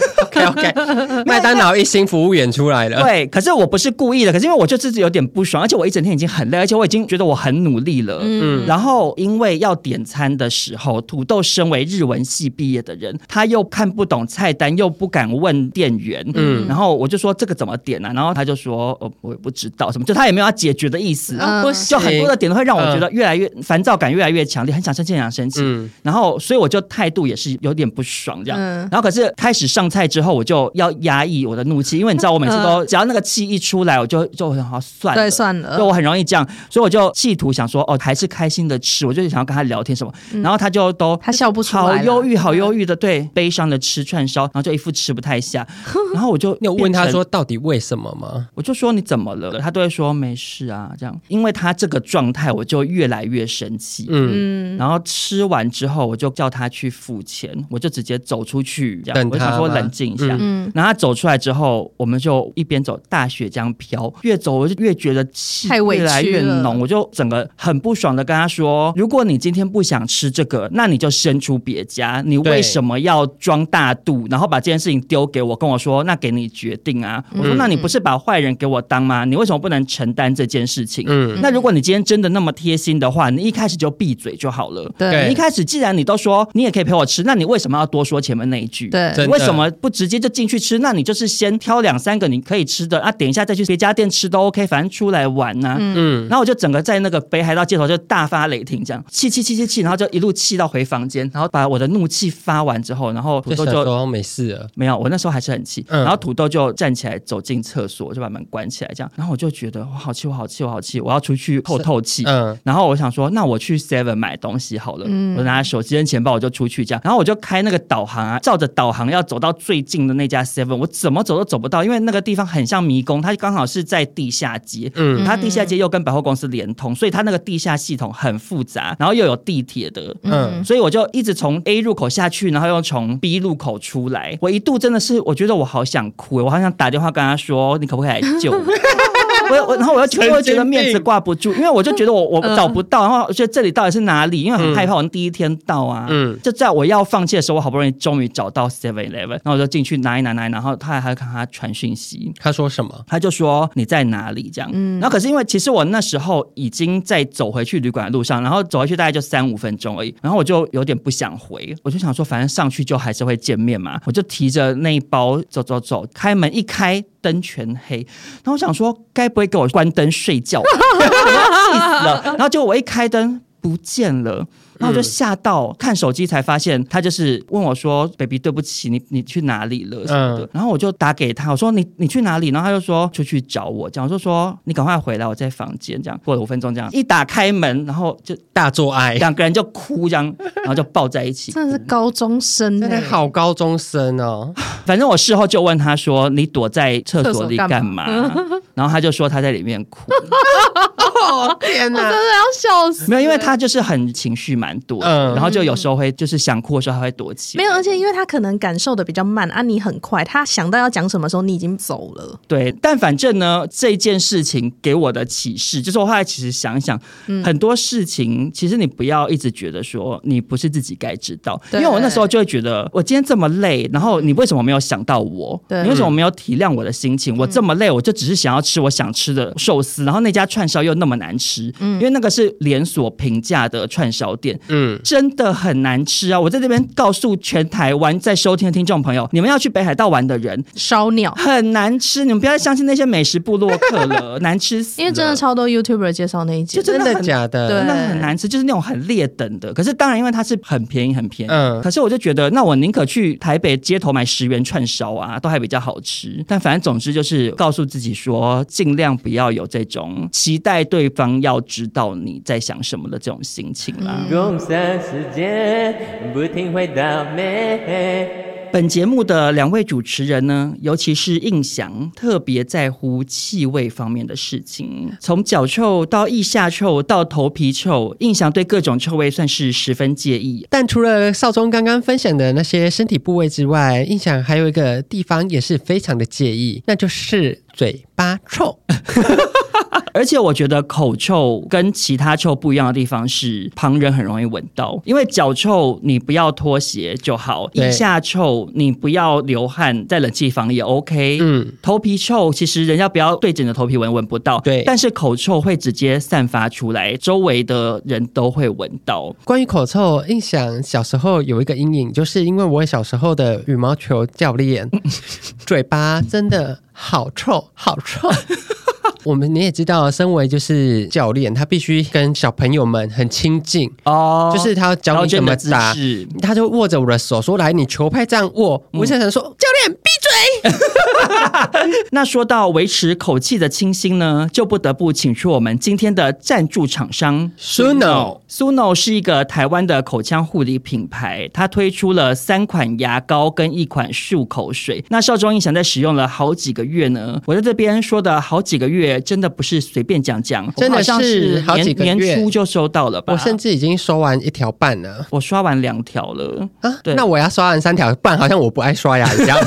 C: OK OK，麦 <laughs> 当劳一星服务员出来了，
B: 对，可是我不是故意的，可是因为我就自己有点不爽，而且我一整天已经很累，而且我已经觉得我很努力了。嗯，然后因为要点餐的时候，土豆身为日文系毕业的人，他又看不懂菜单，又不敢问店员。嗯，然后我就说这个怎么点啊？然后他就说呃我也不知道什么，就他也没有要解决的意思。
D: 嗯
C: 不
B: 就很
C: 行
B: 多的点都会让我觉得越来越烦躁感越来越强烈，很想生气，很想生气。
C: 嗯
B: 然后，所以我就态度也是有点不爽这样。
D: 嗯
B: 然后，可是开始上菜之后，我就要压抑我的怒气，因为你知道，我每次都、只要那个气一出来，我就就很好算了，
D: 嗯对算了
B: 对我很容易这样，所以我就企图想说，哦，还是开心的吃，我就想要跟他聊天什么。然后他就都
D: 嗯他笑不出来
B: 好
D: 了嗯
B: 忧郁，好忧郁的，对，悲伤的吃串烧，然后就一副吃不太
D: <laughs>
B: 下，然后我就
C: 你有问他
B: 变成
C: 说到底为什么吗？
B: 我就说你怎么了？他都会说没事啊，这样。因为他这个状态，我就越来越生气。
C: 嗯，
B: 然后吃完之后，我就叫他去付钱，我就直接走出去，这样。
C: 等
B: 我
C: 他
B: 就想说
C: 吗
B: 冷静一下。
D: 嗯，
B: 然后他走出来之后，我们就一边走，大雪这样飘，越走我就越觉得气
D: 太委屈
B: 越来越
D: 了
B: 浓，我就整个很不爽的跟他说：“如果你今天不想吃这个，那你就先出别家，你
C: 对
B: 为什么要装大度，然后把这件事情丢给我，跟我说那给你决定啊？”我
C: 嗯
B: 说：“那你不是把坏人给我当吗？你为什么不能承担这件事情？”
C: 嗯
B: 那如果你今天真的那么贴心的话，你一开始就闭嘴就好了。
C: 对
B: 你一开始既然你都说你也可以陪我吃，那你为什么要多说前面那一句？ <laughs>
D: 对
C: 真的
B: 为什么不直接就进去吃？那你就是先挑两三个你可以吃的啊，等一下再去别家店吃都 OK，反正出来玩呐、嗯，然后我就整个在那个北海道街头就大发雷霆，这样气气气气气，然后就一路气到回房间，然后把我的怒气发完之后，然后土
C: 就
B: 豆
C: 想
B: 就
C: 说没事了，
B: 没有，我那时候还是很气。
C: 嗯
B: 然后土豆就站起来走进厕所，就把门关起来，这样。然后我就觉得我好气，我好气，我好气，我要出去透透气。
C: 嗯
B: 然后我想说，那我去 Seven 买东西好了。我拿手机跟钱包，我就出去这样。然后我就开那个导航啊，照着导航要走到最近的那家 Seven，我怎么走都走不到，因为那个地方很像迷宫，它刚好是在地下街。
C: 嗯
B: 嗯，它地下街又跟百货公司连通，所以它那个地下系统很复杂，然后又有地铁的，
C: 嗯，
B: 所以我就一直从 A 入口下去，然后又从 B 入口出来。我一度真的是，我觉得我好想哭，我好想打电话跟他说：“你可不可以来救我？”我我然后我又觉得我又觉得面子挂不住，因为我就觉得我我找不到，然后我觉得这里到底是哪里，因为很害怕我第一天到啊。
C: 嗯
B: 嗯，就在我要放弃的时候，我好不容易终于找到 Seven Eleven，然后我就进去拿一拿拿一拿，然后他还看他传讯息，
C: 他说什么？
B: 他就说你在哪里这样。然后可是因为其实我那时候已经在走回去旅馆的路上，然后走回去大概就三五分钟而已，然后我就有点不想回，我就想说反正上去就还是会见面嘛，我就提着那一包走走走，开门一开灯全黑，然后我想说该不会给我关灯睡觉吧？ <laughs> 气死了。然后结果我一开灯不见了。然后我就吓到，看手机才发现他就是问我说：“baby，对不起，你你去哪里了什么的。
C: 嗯
B: 然后我就打给他，我说：“你你去哪里？”然后他就说：“出去找我。”这样我就说：“你赶快回来，我在房间。”这样过了五分钟，这样一打开门，然后就
C: 大做爱，
B: 两个人就哭，这样然后就抱在一 <laughs> 起。
D: 真的是高中生、
C: 真的
D: 欸，
C: 好高中生哦，
B: 反正我事后就问他说：“你躲在厕
D: 厕所
B: 所里
D: 干
B: 干嘛？”然后他就说他在里面哭。
C: <laughs> 天
D: 我真
C: 哪！
D: 的要笑死。
B: 没有，因为他就是很情绪蛮多的，
C: 嗯
B: 然后就有时候会就是想哭的时候，他会躲起来。
D: 没有，而且因为他可能感受的比较慢啊，你很快，他想到要讲什么时候，你已经走了。
B: 对，但反正呢，这件事情给我的启示就是，我后来其实想一想，
D: 嗯
B: 很多事情其实你不要一直觉得说你不是自己该知道，因
D: 对
B: 为我那时候就会觉得，我今天这么累，然后你为什么没有想到我？
D: 对
B: 你为什么没有体谅我的心情？我这么累，我就只是想要吃我想吃的寿司，然后那家串烧又那么难吃，
D: 嗯
B: 因为那个是连锁平价的串烧店，
C: <laughs> 嗯，
B: 真的很难吃啊！我在这边告诉全台湾在收听的听众朋友，你们要去北海道玩的人，
D: 烧鸟，
B: 很难吃，你们不要再相信那些美食部落客了，难吃死了
D: 因为真的超多 YouTuber 介绍那一集
B: 就，真
C: 真
B: 的很
C: 的假
D: 对
C: 的？
B: 真的很难吃，就是那种很劣等的。可是当然，因为它是很便宜，很便宜。啊
C: 嗯
B: 可是我就觉得，那我宁可去台北街头买十元串烧啊，都还比较好吃。但反正总之就是告诉自己说，尽量不要有这种期待对方要知道你在想什么的这种心情啦。
A: 共享时间，不停回到美。 <laughs>
B: 本节目的两位主持人呢，尤其是印翔，特别在乎气味方面的事情，从脚臭到腋下臭到头皮臭，印翔对各种臭味算是十分介意。
C: 但除了少宗刚刚分享的那些身体部位之外，印象还有一个地方也是非常的介意，那就是嘴巴臭。
B: 而且我觉得口臭跟其他臭不一样的地方是，旁人很容易闻到，因为脚臭你不要脱鞋就好，
C: 对
B: 腋下臭你不要流汗，在冷气房也 OK。
C: 嗯，
B: 头皮臭，其实人家不要对着你的头皮闻，闻不到。
C: 对
B: 但是口臭会直接散发出来，周围的人都会闻到。
C: 关于口臭，印象小时候有一个阴影，就是因为我小时候的羽毛
B: <laughs> <laughs>
C: 球教练，嘴巴真的好臭，好臭。我们你也知道，身为就是教练，他必须跟小朋友们很亲近，
B: 哦，
C: 就是他要教
B: 调
C: 你怎
B: 整
C: 么
B: 的姿
C: 打。
B: 势。嗯
C: 他就握着我的手说：“来，你球拍这样握。”吴先生说：“教练，闭嘴
B: 那说到维持口气的清新呢，就不得不请出我们今天的赞助厂商
C: Suno
B: Suno 是一个台湾的口腔护理品牌，它推出了三款牙膏跟一款漱口水。那邵忠印象在使用了好几个月呢，我在这边说的好几个月，真的不是随便讲讲，
C: 真的
B: 我好像
C: 是
B: 是
C: 好几个
B: 年
C: 月
B: 年初就收到了！”吧，
C: 我甚至已经收完一条半了
B: 我刷完两条了。
C: 啊！
B: 对
C: 那我要刷完三条半，好像我不爱刷牙一样。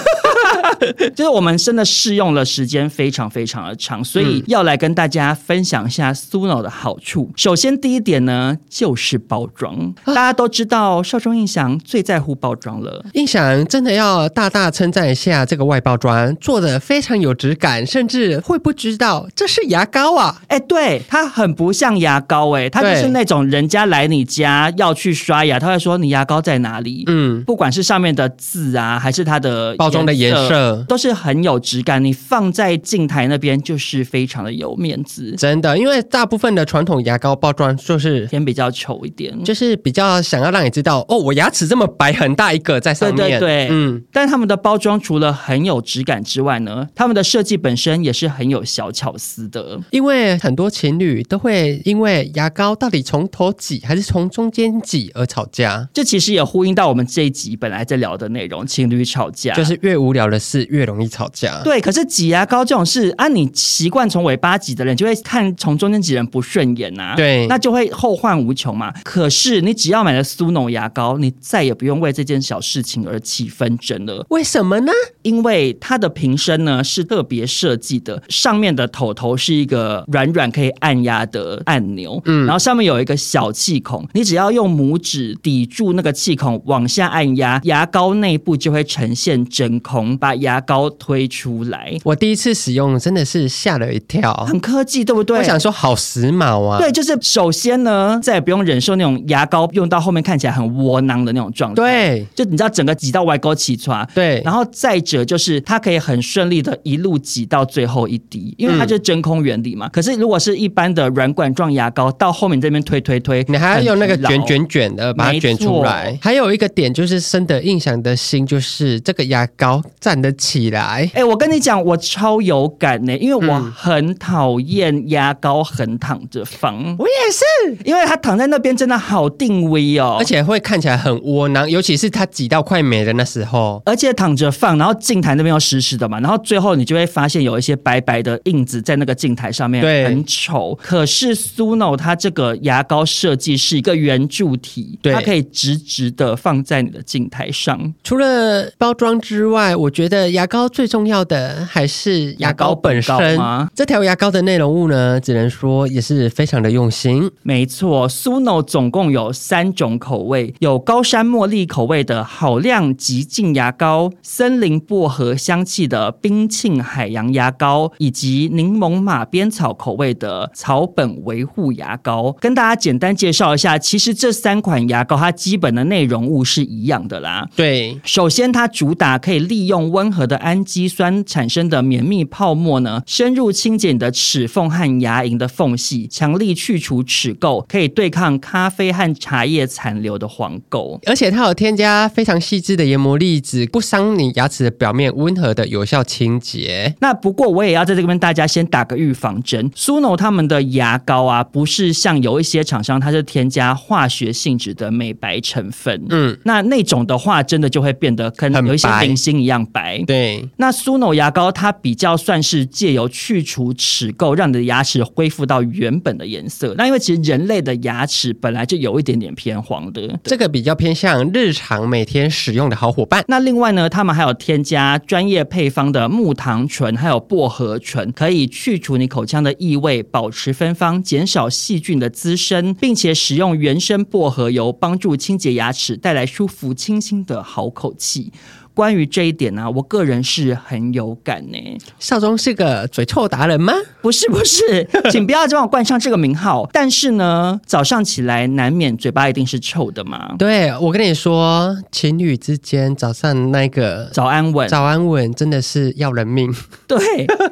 B: 就是我们真的试用了时间非常非常的长，所
C: 嗯
B: 以要来跟大家分享一下 Suno 的好处。首先第一点呢，就是包装。
C: 啊
B: 大家都知道，少壮印象最在乎包装了。
C: 印象真的要大大称赞一下这个外包装，做的非常有质感，甚至会不知道这是牙膏啊。
B: 哎、对，它很不像牙膏、哎，它就
C: 对
B: 是那种人家来你家要去刷牙，他会说你牙膏在哪里？
C: 嗯，
B: 不管是上面的字啊，还是它的
C: 包装的颜色
B: 都是很有质感。你放在镜台那边，就是非常的有面子，
C: 真的，因为大部分的传统牙膏包装就是
B: 偏比较丑一点。
C: 就是比较想要让你知道，哦，我牙齿这么白，很大一个在上面。
B: 对对对
C: 嗯，
B: 但他们的包装除了很有质感之外呢，他们的设计本身也是很有小巧思的。
C: 因为很多情侣都会因为牙膏到底从头挤还是从中间挤而吵架，
B: 这其实也呼应到我们这一集本来在聊的内容，情侣吵架。
C: 就是越无聊的事越容易吵架。
B: 啊对，可是挤牙膏这种事啊，你习惯从尾巴挤的人，就会看从中间挤人不顺眼呐、
C: 对
B: 那就会后患无穷嘛。可是你只要买了苏农牙膏，你再也不用为这件小事情而起纷争了。
C: 为什么呢？
B: 因为它的瓶身呢是特别设计的，上面的头头是一个软软可以按压的按钮，嗯，然后上面有一个小气孔，你只要用拇指抵住那个气孔往下按压，牙膏内部就会呈现真空，把牙膏推出来，
C: 我第一次使用真的是吓了一跳。
B: 很科技，对不对？
C: 我想说好时髦啊！
B: 对，就是首先呢，再也不用忍受那种牙膏用到后面看起来很窝囊的那种状态。
C: 对
B: 就你知道整个挤到外沟起床，
C: 对
B: 然后再者就是它可以很顺利的一路挤到最后一滴，因为它就是真空原理嘛。可是如果是一般的软管状牙膏，到后面这边推推推，
C: 你还要用那个
B: 很疲劳
C: 卷。卷卷的把它卷出
B: 没
C: 来。还有一个点就是深得印象的心，就是这个牙膏站得起来。
B: 哎、我跟你讲，我超有感呢、因为
C: 嗯
B: 我很讨厌牙膏横躺着放，
C: 我也是，
B: 因为它躺在那边真的好定位哦，
C: 而且会看起来很窝囊，尤其是它挤到快没的那时候。
B: 而且躺着放，然后镜台那边又湿湿的嘛，然后最后你就会发现有一些白白的印子在那个镜台上面，
C: 对
B: 很丑。可是 Suno 它这个牙膏设计是一个圆柱体，
C: 对
B: 它可以直直的放在你的镜台上。
C: 除了包装之外，我觉得牙膏最重要的还是牙膏本身
B: 牙膏本膏吗。
C: 这条牙膏的内容物呢，只能说也是非常的用心。
B: 没错，Suno 总共有三种口味，有高山茉莉口味的好亮极净牙膏，森林薄荷香气的冰沁海洋牙膏，以及柠檬马鞭草口味的草本维护牙膏。跟大家简单介绍一下，其实这三款牙膏它基本的内容物是一样的啦。
C: 对，
B: 首先，它主打可以利用温和的氨基酸产生的绵密泡沫呢，深入清洁你的齿缝和牙龈的缝隙，强力去除齿垢，可以对抗咖啡和茶叶残留的黄垢。
C: 而且它有添加非常细致的研磨粒子，不伤你牙齿的表面，温和的有效清洁。
B: 那不过我也要在这个跟大家先打个预防针，Suno 他们的牙膏啊，不是像有一些厂商它是添加化学性质的美白成分，
C: 嗯，
B: 那那种的话真的就会变得跟
C: 很
B: 有一些
C: 白
B: 明星一样白。
C: 对，
B: 那 Suno 牙膏它比较算是借由去除齿垢，让你的牙齿恢复到原本的颜色。那因为其实人类的牙齿本来就有一点点偏黄的。
C: 这个比较偏向日常每天使用的好伙伴。
B: 那另外呢，他们还有添加专业配方的木糖醇，还有薄荷醇，可以去除你口腔的异味，保持芬芳，减少细菌的滋生，并且使用原生薄荷油帮助清洁牙齿，带来舒服清新的好口气。关于这一点呢、我个人是很有感呢、
C: 少宗是个嘴臭达人吗？
B: 不是不是，请不要这样冠上这个名号。但是呢，早上起来难免嘴巴一定是臭的嘛。
C: 对，我跟你说，情侣之间早上那个
B: 早安吻，
C: 早安吻真的是要人命。
B: 对，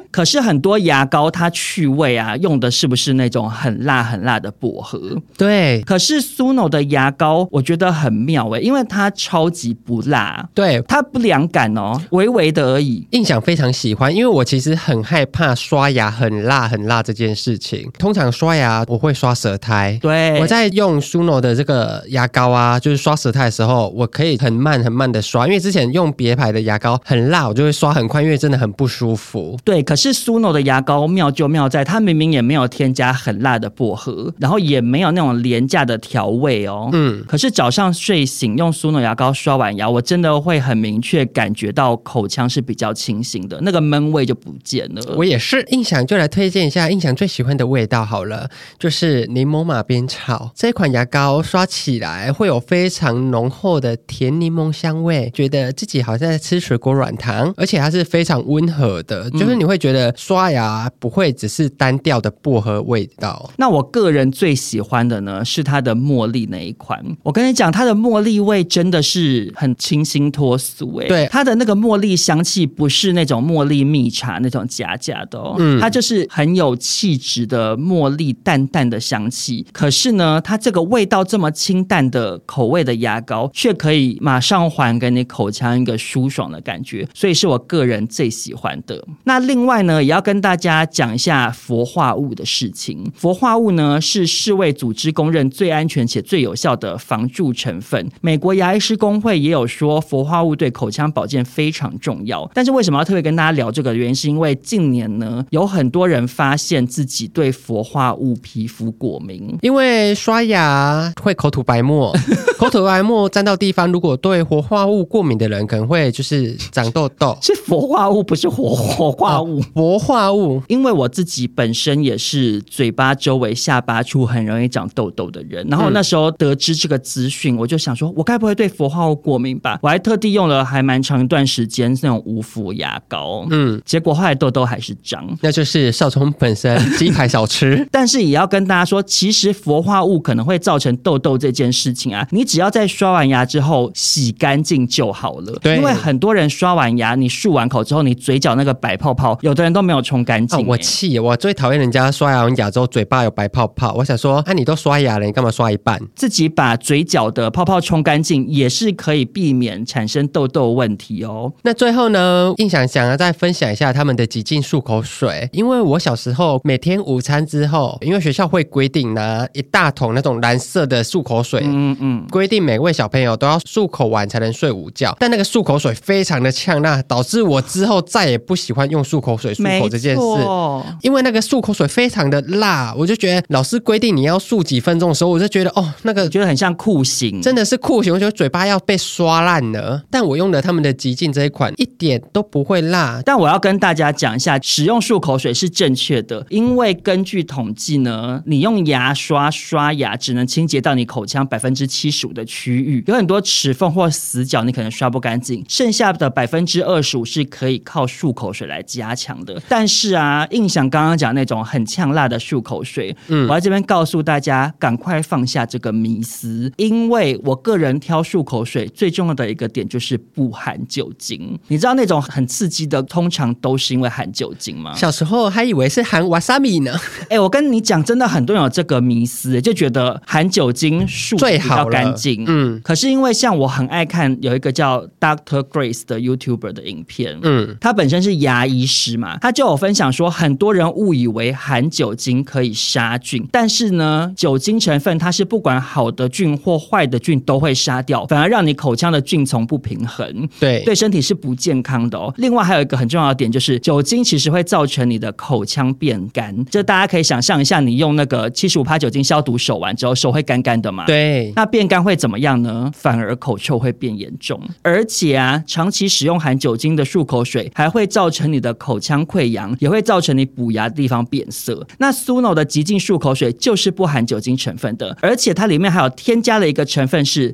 B: 可是很多牙膏它去味啊，用的是不是那种很辣很辣的薄荷？
C: 对
B: 可是 Suno 的牙膏我觉得很妙诶、因为它超级不辣，
C: 对，
B: 它不凉感哦，微微的而已。
C: 印象非常喜欢，因为我其实很害怕刷牙很辣很辣这件事情。通常刷牙我会刷舌苔，
B: 对，
C: 我在用 Suno 的这个牙膏啊，就是刷舌苔的时候，我可以很慢很慢的刷，因为之前用别牌的牙膏很辣，我就会刷很快，因为真的很不舒服。
B: 对，可是 Suno 的牙膏妙就妙在，它明明也没有添加很辣的薄荷，然后也没有那种廉价的调味哦。
C: 嗯，
B: 可是早上睡醒用 Suno 牙膏刷完牙，我真的会很明确感觉到口腔是比较清醒的，那个闷味就不见了。
C: 我也是。印象就来推荐一下印象最喜欢的味道好了，就是柠檬马鞭草这款牙膏，刷起来会有非常浓厚的甜柠檬香味，觉得自己好像在吃水果软糖，而且它是非常温和的，就是你会觉得刷牙不会只是单调的薄荷味道。
B: 那我个人最喜欢的呢是它的茉莉那一款。我跟你讲，它的茉莉味真的是很清新脱俗诶、
C: 对
B: 它的那个茉莉香气不是那种茉莉蜜茶那种假假的哦，
C: 嗯
B: 它就是很有气质的茉莉淡淡的香气。可是呢，它这个味道这么清淡的口味的牙膏，却可以马上还给你口腔一个舒爽的感觉，所以是我个人最喜欢的。那另外呢，也要跟大家讲一下氟化物的事情。氟化物呢是世卫组织公认最安全且最有效的防蛀成分。美国牙医师工会也有说，氟化物对口腔保健非常重要。但是为什么要特别跟大家聊这个？原因是因为近年呢，有很多人发现自己对氟化物皮肤过敏。。
C: 因为刷牙会口吐白沫，口吐白沫沾到地方，如果对活化物过敏的人，可能会就是长痘痘
B: 是氟化物，不是活活化物。
C: 活化物
B: 因为我自己本身也是嘴巴周围、下巴处很容易长痘痘的人，然后
C: 嗯
B: 那时候得知这个资讯，我就想说，我该不会对氟化物过敏吧？我还特地用了还蛮长一段时间那种无氟牙膏，嗯，结果后来痘痘还是长。
C: 那就是少聪本身鸡排小
B: <laughs>
C: 吃。
B: 但是也要跟大家说，其实氟化物可能会造成痘痘这件事情啊，你只要在刷完牙之后洗干净就好了。
C: 对
B: 因为很多人刷完牙，你漱完口之后，你嘴角那个白泡泡，有的人都没有冲干净
C: 啊、
B: 欸、
C: 我气！我最讨厌人家刷牙完牙之后嘴巴有白泡泡。我想说，啊，你都刷牙了，你干嘛刷一半？
B: 自己把嘴角的泡泡冲干净，也是可以避免产生痘痘问题哦。
C: 那最后呢，印象想要再分享一下他们的极净漱口水，因为我小时候每天午餐之后，因为学校会规定拿一大桶那种蓝色的漱口水，
B: 嗯嗯，
C: 规定每位小朋友都要漱口完才能睡午觉，但那个漱口水非常的呛辣，导致我之后再也不喜欢用漱口水漱口这件
B: 没
C: 事。
B: 错
C: 因为那个漱口水非常的辣，我就觉得老师规定你要漱几分钟的时候，我就觉得哦，那个
B: 我觉得很像酷刑，
C: 真的是酷刑，我觉得嘴巴要被刷烂了。但我用了他们的极净这一款，一点都不会辣。
B: 但我要跟大家讲一下，使用漱口水是正确的，因为根据统计呢，你用牙刷刷牙只能清洁到你口腔百分之七十五的区域，有很多齿缝或死角你可能刷不干净，剩下的百分之二十五是可以靠漱口水来加强的。但是啊，印象刚刚讲那种很呛辣的漱口水，
C: 嗯
B: 我在这边告诉大家，赶快放下这个迷思，因为我个人挑漱口水最重要的一个点就是不含酒精。你知道那种很刺激的，通常都是因为含酒精
C: <laughs>
B: 吗？
C: 小时候还以为是含 wasabi 呢，
B: 哎、我跟你讲，真的很多人有这个迷思，就觉得含酒精漱
C: 最
B: 比较
C: 好了
B: 干净。
C: 嗯
B: 可是因为像我很爱看有一个叫 Doctor Grace 的 YouTuber 的影片，
C: 嗯，
B: 他本身是牙医师嘛，他就有分享说，很多人误以为含酒精可以杀菌，但是呢，酒精成分它是不管好的菌或坏的菌都会杀掉，反而让你口腔的菌丛不平衡。
C: 对
B: 对身体是不健康的哦。另外还有一个很重要的点就是，酒精其实会造成你的口腔变干，就大家可以想象一下，你用那个七十五酒精消毒手完之后，手会干干的嘛？
C: 对，
B: 那变干会怎么样呢？反而口臭会变严重，而且啊，长期使用含酒精的漱口水，还会造成你的口腔溃疡，也会造成你补牙的地方变色。那 Suno 的极净漱口水就是不含酒精成分的，而且它里面还有添加了一个成分是，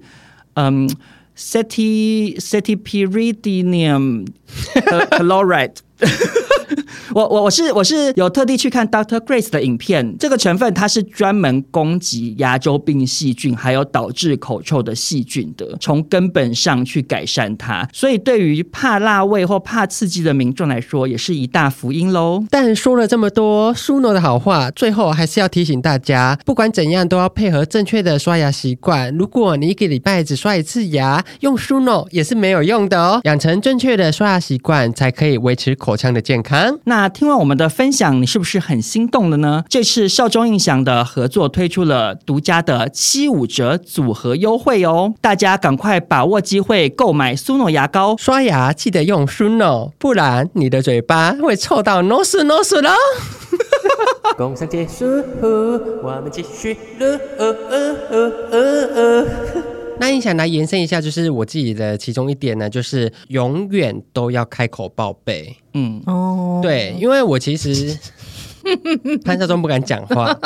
B: 嗯。Ceti c e t i pyridinium chloride 我我我是我是有特地去看 Doctor Grace 的影片，这个成分它是专门攻击牙周病细菌，还有导致口臭的细菌的，从根本上去改善它。所以对于怕辣味或怕刺激的民众来说，也是一大福音喽。
C: 但说了这么多舒诺的好话，最后还是要提醒大家，不管怎样都要配合正确的刷牙习惯。如果你一个礼拜只刷一次牙，用舒诺也是没有用的哦。养成正确的刷牙习惯，才可以维持口腔的健康。
B: 那听完我们的分享，你是不是很心动了呢？这次少中印象的合作推出了独家的七五折组合优惠哦，大家赶快把握机会购买苏诺牙膏。
C: 刷牙记得用舒诺，不然你的嘴巴会臭到 no 死 no 死喽。
A: 工商结束后，我们继续了。呃呃呃呃呃
C: 那你想来延伸一下，就是我自己的其中一点呢，就是永远都要开口报备。
B: 嗯，
D: 哦，
C: 对，因为我其实潘少忠不敢讲话，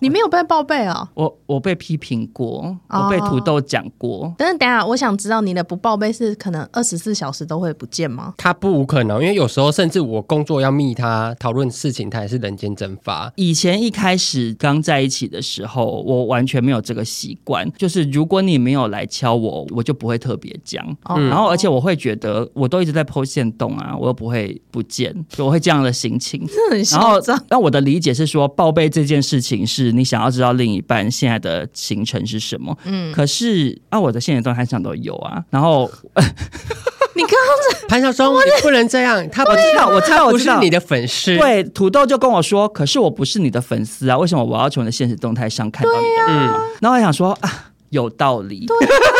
D: 你没有被报备哦。
B: 我我被批评过，
D: 哦
B: 我被土豆讲过。
D: 但是等一下，我想知道你的不报备是可能二十四小时都会不见吗？
C: 他不无可能，因为有时候甚至我工作要密他讨论事情，他也是人间蒸
B: <laughs>
C: 发。
B: 以前一开始刚在一起的时候，我完全没有这个习惯，就是如果你没有来敲我，我就不会特别讲。
D: 哦
B: 然后，而且我会觉得我都一直在剖线洞啊，我又不会不见，就我会这样的心
D: <laughs>
B: 情。
D: 真的很
B: 然后
D: 嚣张。，
B: 那我的理解是说，报备这件事情是你想要知道另一半现在的行程是什么。
D: 嗯，
B: 可是啊，我的现阶段还想都有啊。然后
D: 你刚刚
C: 潘少忠，你不能这样，他不
B: 知道我知道
C: 他
B: 我
C: 不
B: 知
C: 是
B: 道
C: 你的粉丝。
B: 对土豆就跟我说：“可是我不是你的粉丝啊，为什么我要从你的现实动态上看到你的？”
C: 嗯，
B: 然后我想说啊，有道理。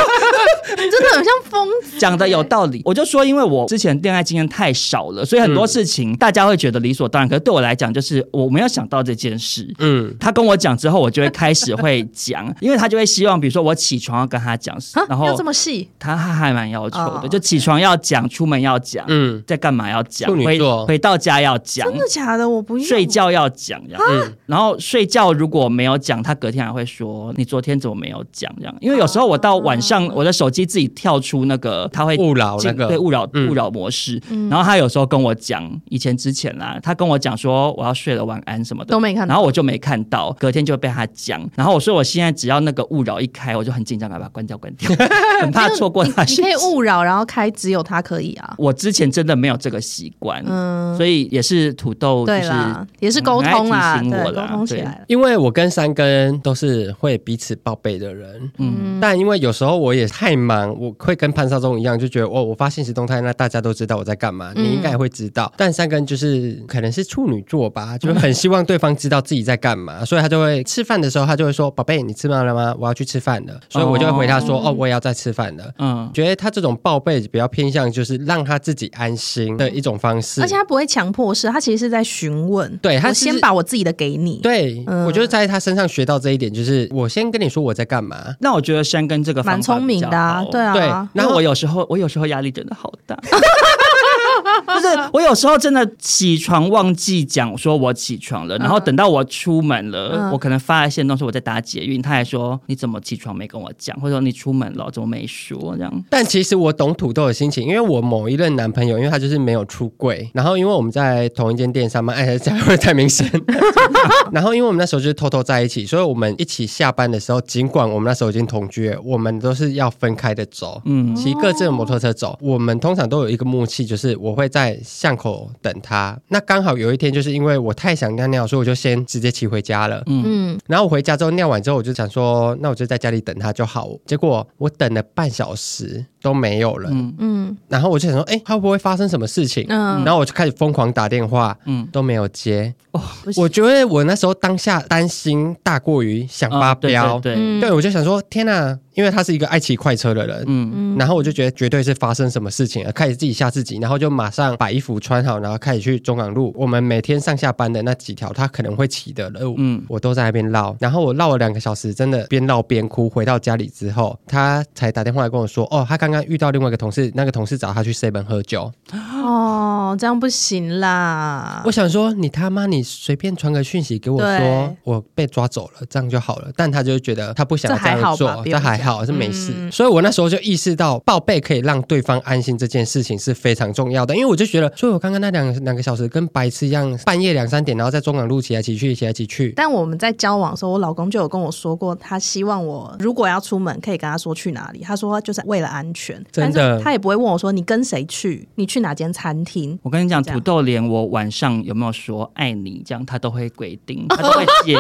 D: 在真的很像疯子。
B: 讲的有道理，我就说，因为我之前恋爱经验太少了，所以很多事情大家会觉得理所当然。可是对我来讲，就是我没有想到这件事。
C: 嗯，
B: 他跟我讲之后，我就会开始会讲， <laughs> 因为他就会希望，比如说我起床要跟他讲，
D: 啊
B: <laughs> 然
D: 要
B: 后
D: 这么细，
B: 他他还蛮要求的，
D: 哦
B: 就起床要讲，出门要讲，
C: 嗯
B: 在干嘛要讲，
C: 处女
B: 回
C: 座
B: 回到家要讲
D: 真，的假的？我不用
B: 睡。觉要讲，这样
C: 嗯，
B: 然后睡觉如果没有讲，他隔天还会说你昨天怎么没有讲这样？因为有时候我到晚上，
D: 啊
B: 我的手机自己跳出那个，他会
C: 勿扰
B: 进
C: 那个
B: 对勿扰
C: 嗯
B: 勿扰模式。然后他有时候跟我讲，以前之前啦，他跟我讲说我要睡了，晚安什么的
D: 都。没看
B: 然
D: 到，
B: 后我就没看到，隔天就被他讲。然后我说我现在只要那个勿扰一开，我就很紧张，赶 <laughs> 快把它关掉关掉，很怕错过他的
D: 你
B: 讯
D: 可以
B: 息。
D: 勿扰，然后开只有他可以啊。
B: 我之前真的没有这个习惯，
D: 嗯，
B: 所以也是土豆哦就
D: 对
B: 是
D: 啦，也是沟通啦，
B: 很爱提醒我
D: 对，
B: 啦
D: 沟通起
B: 对
D: 来了。
C: 因为我跟三根都是会彼此报备的人，
B: 嗯
D: 嗯，
C: 但因为有时候我也太忙，我会跟潘少忠一样，就觉得哦，我发现实动态，那大家都知道我在干嘛，
D: 嗯
C: 你应该也会知道。但三根就是可能是处女座吧，就是很希望对方知道自己在干嘛，所以他就会吃饭的时候，他就会说：“宝贝，你吃饭了吗？我要去吃饭了。”所以我就会回他说：“哦我也要再吃饭了。”
B: 嗯，
C: 觉得他这种报备比较偏向就是让他自己安心的一种方式，
D: 而且他不会强迫式，他其实是在询问。
C: 对他
D: 我
C: 是
D: 先把我自己的给你。，
C: 对、
D: 嗯
C: 我就是在他身上学到这一点，就是我先跟你说我在干嘛，
B: 那我觉得山根这个方法
D: 蛮聪明的啊
B: 比较好
D: 对啊。
C: 对
B: 那我有时候，我有时候压力真的好
D: <laughs>
B: 大。就是我有时候真的起床忘记讲说我起床了，然后等到我出门了，
D: 嗯
B: 我可能发了线动说我在打捷运，他还说你怎么起床没跟我讲，或者说你出门了怎么没说这样。
C: 但其实我懂土豆的心情，因为我某一任男朋友，因为他就是没有出柜，然后因为我们在同一间店上班，哎，这样会不会太明显。然后因为我们那时候就是偷偷在一起，所以我们一起下班的时候，尽管我们那时候已经同居了，我们都是要分开的走，
B: 嗯
C: 骑各自的摩托车走。我们通常都有一个默契，就是我会在巷口等他。那刚好有一天，就是因为我太想尿尿，所以我就先直接骑回家了。
D: 嗯，
C: 然后我回家之后尿完之后，我就想说，那我就在家里等他就好。结果我等了半小时都没有人，
B: 嗯
D: 嗯
C: 然后我就想说，哎、他会不会发生什么事情？
D: 嗯，
C: 然后我就开始疯狂打电话，
B: 嗯，哦
C: 都没有接。
D: 不行
C: 我觉得我那时候当下担心大过于想发
B: 啊对
C: 飙，
B: 对对，
D: 嗯
C: 对我就想说，天哪、因为他是一个爱骑快车的人。
B: 嗯
D: 嗯
C: 然后我就觉得绝对是发生什么事情了，开始自己吓自己，然后就马上把衣服穿好，然后开始去中港路。我们每天上下班的那几条他可能会骑的路，
B: 嗯
C: 我都在那边绕，然后我绕了两个小时，真的边绕边哭。回到家里之后，他才打电话来跟我说，哦，他刚刚遇到另外一个同事，那个同事找他去 seven 喝酒，
D: 哦，这样不行啦
C: 我。想说，你他妈，你随便传个讯息给我说
D: 对
C: 我被抓走了，这样就好了。但他就觉得他不想要
D: 这还
C: 样
D: 好吧
C: 做，
D: 不
C: 这
D: 用
C: 还
D: 讲
C: 好是没事。
D: 嗯
C: 所以我那时候就意识到，报备可以让对方安心这件事情是非常重要的。因为我就觉得，所以我刚刚那两两个小时跟白痴一样，半夜两三点，然后在中港路骑来骑去，骑来骑去。
D: 但我们在交往的时候，我老公就有跟我说过，他希望我如果要出门，可以跟他说去哪里。他说就是为了安全，
C: 真的
D: 但是他也不会问我说你跟谁去，你去哪间餐厅。
B: 我跟你讲，
D: 这样
B: 土豆脸，我晚上有没有说爱你，这样他都会规
D: <laughs>
B: 定，他都会介意，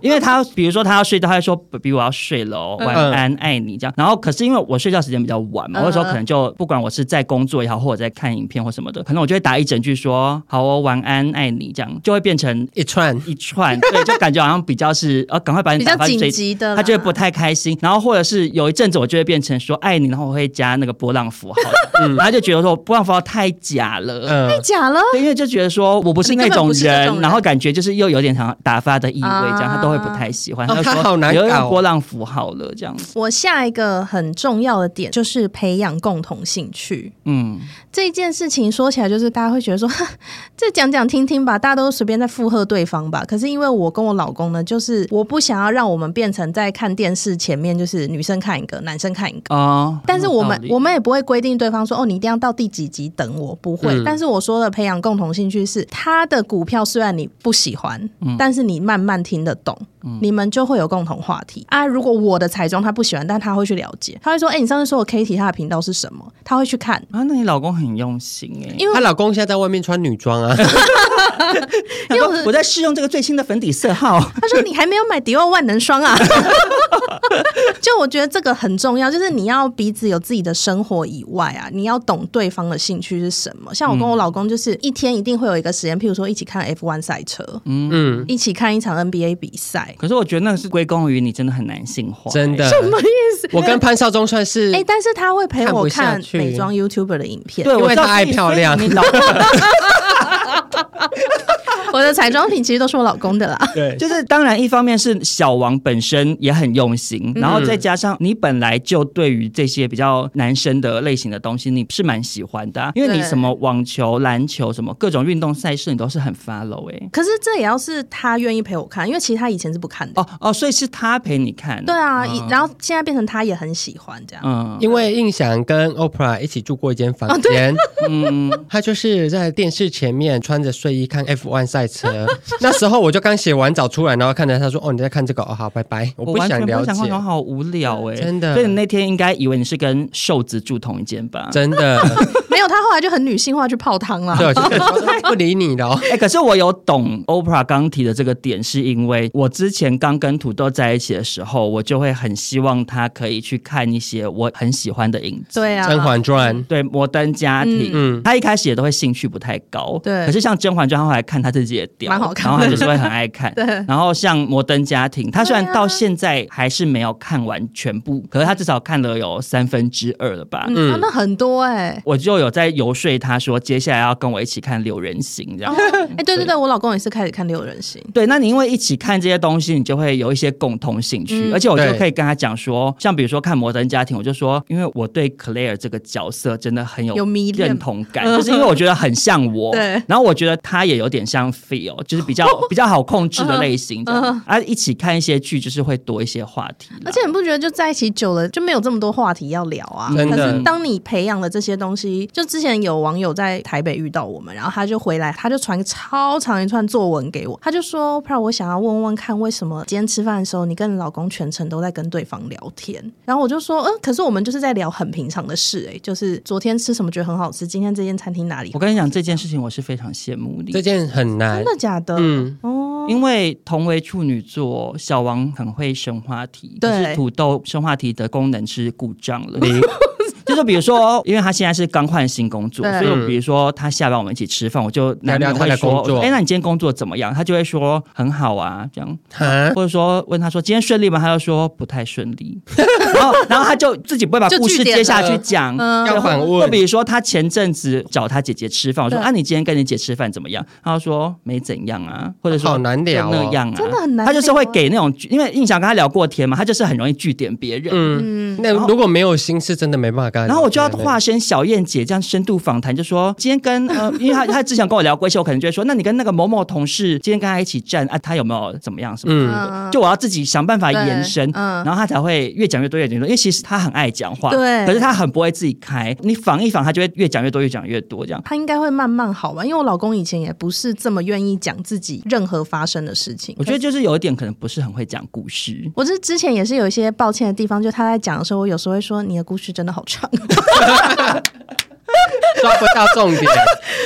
B: 因为他比如说他要睡觉，他会说比我要睡了哦，晚安，爱你这样。然后可是因为我睡觉时间比较晚嘛，
D: 嗯
B: 我有时候可能就不管我是在工作也好，或者在看影片或什么的，可能我就会打一整句说好哦，晚安，爱你这样，就会变成
C: 一串
B: 一
D: <laughs>
B: 串，对，就感觉好像比较是呃，赶快把你
D: 比
B: 打
D: 较
B: 发
D: 紧
B: 睡
D: 急的啦，
B: 他就会不太开心，然后或者是有一阵子我就会变成说爱你，然后我会加那个波浪
D: <laughs>
B: 符号，
D: 嗯
B: 然后他就觉得说波浪符号太假了，
C: 嗯、
D: 太假了。
B: 对，因为就觉得说我不是那种
D: 哦你根本不是
B: 人，
D: 那种人
B: 然后感觉就是又有点想打发的意味，
D: 啊
B: 这样、他都会不太喜欢。
C: 哦
B: 就说
C: <laughs> 他好难搞
B: 有用波浪符号了这样子，
D: 我下一个很重要的点就是培养共同兴趣
B: 嗯，
D: 这件事情，说起来就是大家会觉得说，哈这讲讲听听吧，大家都随便在附和对方吧。可是因为我跟我老公呢，就是我不想要让我们变成在看电视前面，就是女生看一个，男生看一个。
B: 哦，
D: 但是我们
B: 很有道理
D: 我们也不会规定对方说哦，你一定要到第几集等我，不会。
C: 嗯
D: 但是我说的培养共同兴趣是，他的股票虽然你不喜欢，
B: 嗯
D: 但是你慢慢听得懂，你们就会有共同话题啊。如果我的彩妆他不喜欢，但他会去了解，他会说，哎、你上次说我 Kitty 他的频道是什么？他会去看。
B: 啊，那你老公很用心哎、
D: 因为
C: 她老公现在在外面穿女装啊，
D: 哎
B: 他说我在试用这个最新的粉底色号，
D: 他说你还没有买迪奥万能霜啊。 <laughs> 就我觉得这个很重要，就是你要彼此有自己的生活以外啊，你要懂对方的兴趣是什么。像我跟我老公，就是一天一定会有一个时间，譬如说一起看 F1 赛车，
C: <laughs> 嗯，
D: 一起看一场 NBA 比赛。
B: 可是我觉得那是归功于你真的很男性化、
C: 真的
B: 欸。。
D: 什么意 <laughs> 思？
C: 我跟潘少忠算是
D: 哎、但是他会陪我
C: 看
D: 看
C: 不下去
D: 美妆 YouTuber 的影片，
B: 对，
C: 因
B: 我
C: 为
B: 知道
C: 她爱
B: 所以
C: 漂
B: 所以
C: 亮
B: 你老公
D: 我的彩妆品其实都是我老公的啦。
C: 对
B: 就是当然，一方面是小王本身也很用
D: 嗯
B: 心，然后再加上你本来就对于这些比较男生的类型的东西，你是蛮喜欢的啊、因为你
D: 对
B: 什么网球、篮球什么各种运动赛事，你都是很 follow 哎、
D: 可是这也要是他愿意陪我看，因为其实他以前是不看的。
B: 哦哦，所以是他陪你看，
D: 对，啊，以然后现在变成他也很喜欢这样。
B: 嗯，
C: 因为印象跟 OPRA 一起住过一间
B: 哦 <laughs>
C: 房间，嗯，他就是在电视前面穿着睡衣看 F1 赛车。 <laughs> 那时候我就刚洗完澡出来，然后看着他说：“哦，你在看这个？哦，好，拜拜，我
B: 我
C: 不
B: 完全
C: 想
B: 不
C: 了
B: 想
C: 解。
B: 看，好无聊哎、
C: 真的
B: 所以你那天应该以为你是跟瘦子住同一间吧？”。
C: 真的，
D: 没有，他后来就很女性化去泡汤
C: <laughs>
D: 了。
C: 对，我就说不理
B: <laughs>
C: 你了。
B: 哎、可是我有懂 Oprah 刚提的这个点，是因为我之前刚跟土豆在一起的时候，我就会很希望他可以去看一些我很喜欢的影集。
D: 对
C: 《
D: 啊，
C: 甄嬛传》
B: 对《摩登家庭》
C: 嗯嗯
B: 他一开始也都会兴趣不太高，
D: 对
B: 可是像《甄嬛传》，他后来看他自己也掉，
D: 蛮好看的
B: 然后他就是会很爱
D: <laughs>
B: 看。对。
D: 嗯
B: 然后像《摩登家庭》，他虽然
D: 对啊
B: 到现在还是没有看完全部，可是他至少看了有三分之二了吧。
D: 啊嗯，哦那很多哎、
B: 我就有在游说他说，接下来要跟我一起看《六人行》这
D: <laughs>
B: 样
D: 哦。哎、对对对，我老公也是开始看六人行，
B: 对，那你因为一起看这些东西，你就会有一些共同兴趣，
D: 嗯
B: 而且我就
C: 对
B: 可以跟他讲说，像比如说看《摩登家庭》，我就说，因为我对 Claire 这个角色真的很有
D: 有迷恋
B: 认同
D: <laughs>
B: 感，就是因为我觉得很像我，
D: 对
B: 然后我觉得他也有点像 Phil，就是
D: <laughs>
B: 比较比较好控制的类型这样，啊，一起看一些剧就是会多一些话题啦，
D: 嗯而且你不觉得就在一起久了就没有这么多话题要聊啊？
C: 真的
D: 可是当你培养了这些东西，就之前有网友在台北遇到我们，然后他就回来，他就传超长一串作文给我，他就说 p r 我想要问问看，为什么今天吃饭的时候你跟你老公全程都在跟对方聊天？然后我就说，嗯、可是我们就是在聊很平常的事、哎，就是昨天吃什么觉得很好吃，今天这间餐厅哪里
B: 我？跟你讲这件事情，我是非常羡慕你
C: 这
B: 的。
C: 件很难
D: 真，的假的？
C: 嗯，
D: 哦，
B: 因为同为处女座，小王很会生话题，可是
D: 对
B: 土豆生话题的功能是故障了。
C: 零
B: <laughs> 就是比如说，因为他现在是刚换新工作，
D: 对
B: 所以我比如说他下班我们一起吃饭，我就难免会
C: 聊聊他的
B: 说
C: 工作：“
B: 哎、那你今天工作怎么样？”他就会说：“很好啊。”这样，
C: 哈，
B: 或者说问他说：“今天顺利吗？”他就说：“不太顺利。” <laughs> 然后然后他就自己不会把
D: 就
B: 故
D: 据
B: 事
D: 点
B: 接下
D: 了
B: 去讲，
D: 嗯
B: 对
C: 要反
B: 或
C: 问
B: 或比如说，他前阵子找他姐姐吃饭，我说
D: 对
B: 啊，你今天跟你姐吃饭怎么样？他说没怎样啊，或者说
C: 好难聊
B: 就
C: 哦
B: 那样啊，
D: 真的很难
B: 他就是会
D: 聊啊
B: 给那种，因为印象跟他聊过天嘛，他就是很容易据点别人。
C: 嗯，那如果没有心是真的没办法干。
B: 然后我就要化身小燕姐这样深度访谈，就说今天跟呃，因为他他之前跟我聊过一些，我可能就会说，那你跟那个某某同事今天跟他一起站啊，他有没有怎么样什么？
C: 嗯，
D: 嗯
B: 就我要自己想办法延伸，
D: 对嗯
B: 然后他才会越讲越多越讲越多，因为其实他很爱讲话，
D: 对
B: 可是他很不会自己开，你访一访他就会越讲越多越讲越多这样。
D: 他应该会慢慢好吧，因为我老公以前也不是这么愿意讲自己任何发生的事情。
B: 我觉得就是有一点可能不是很会讲故事，
D: 我这之前也是有一些抱歉的地方，就他在讲的时候，我有时候会说你的故事真的好 <laughs> 长。
C: 抓不到重点， <laughs>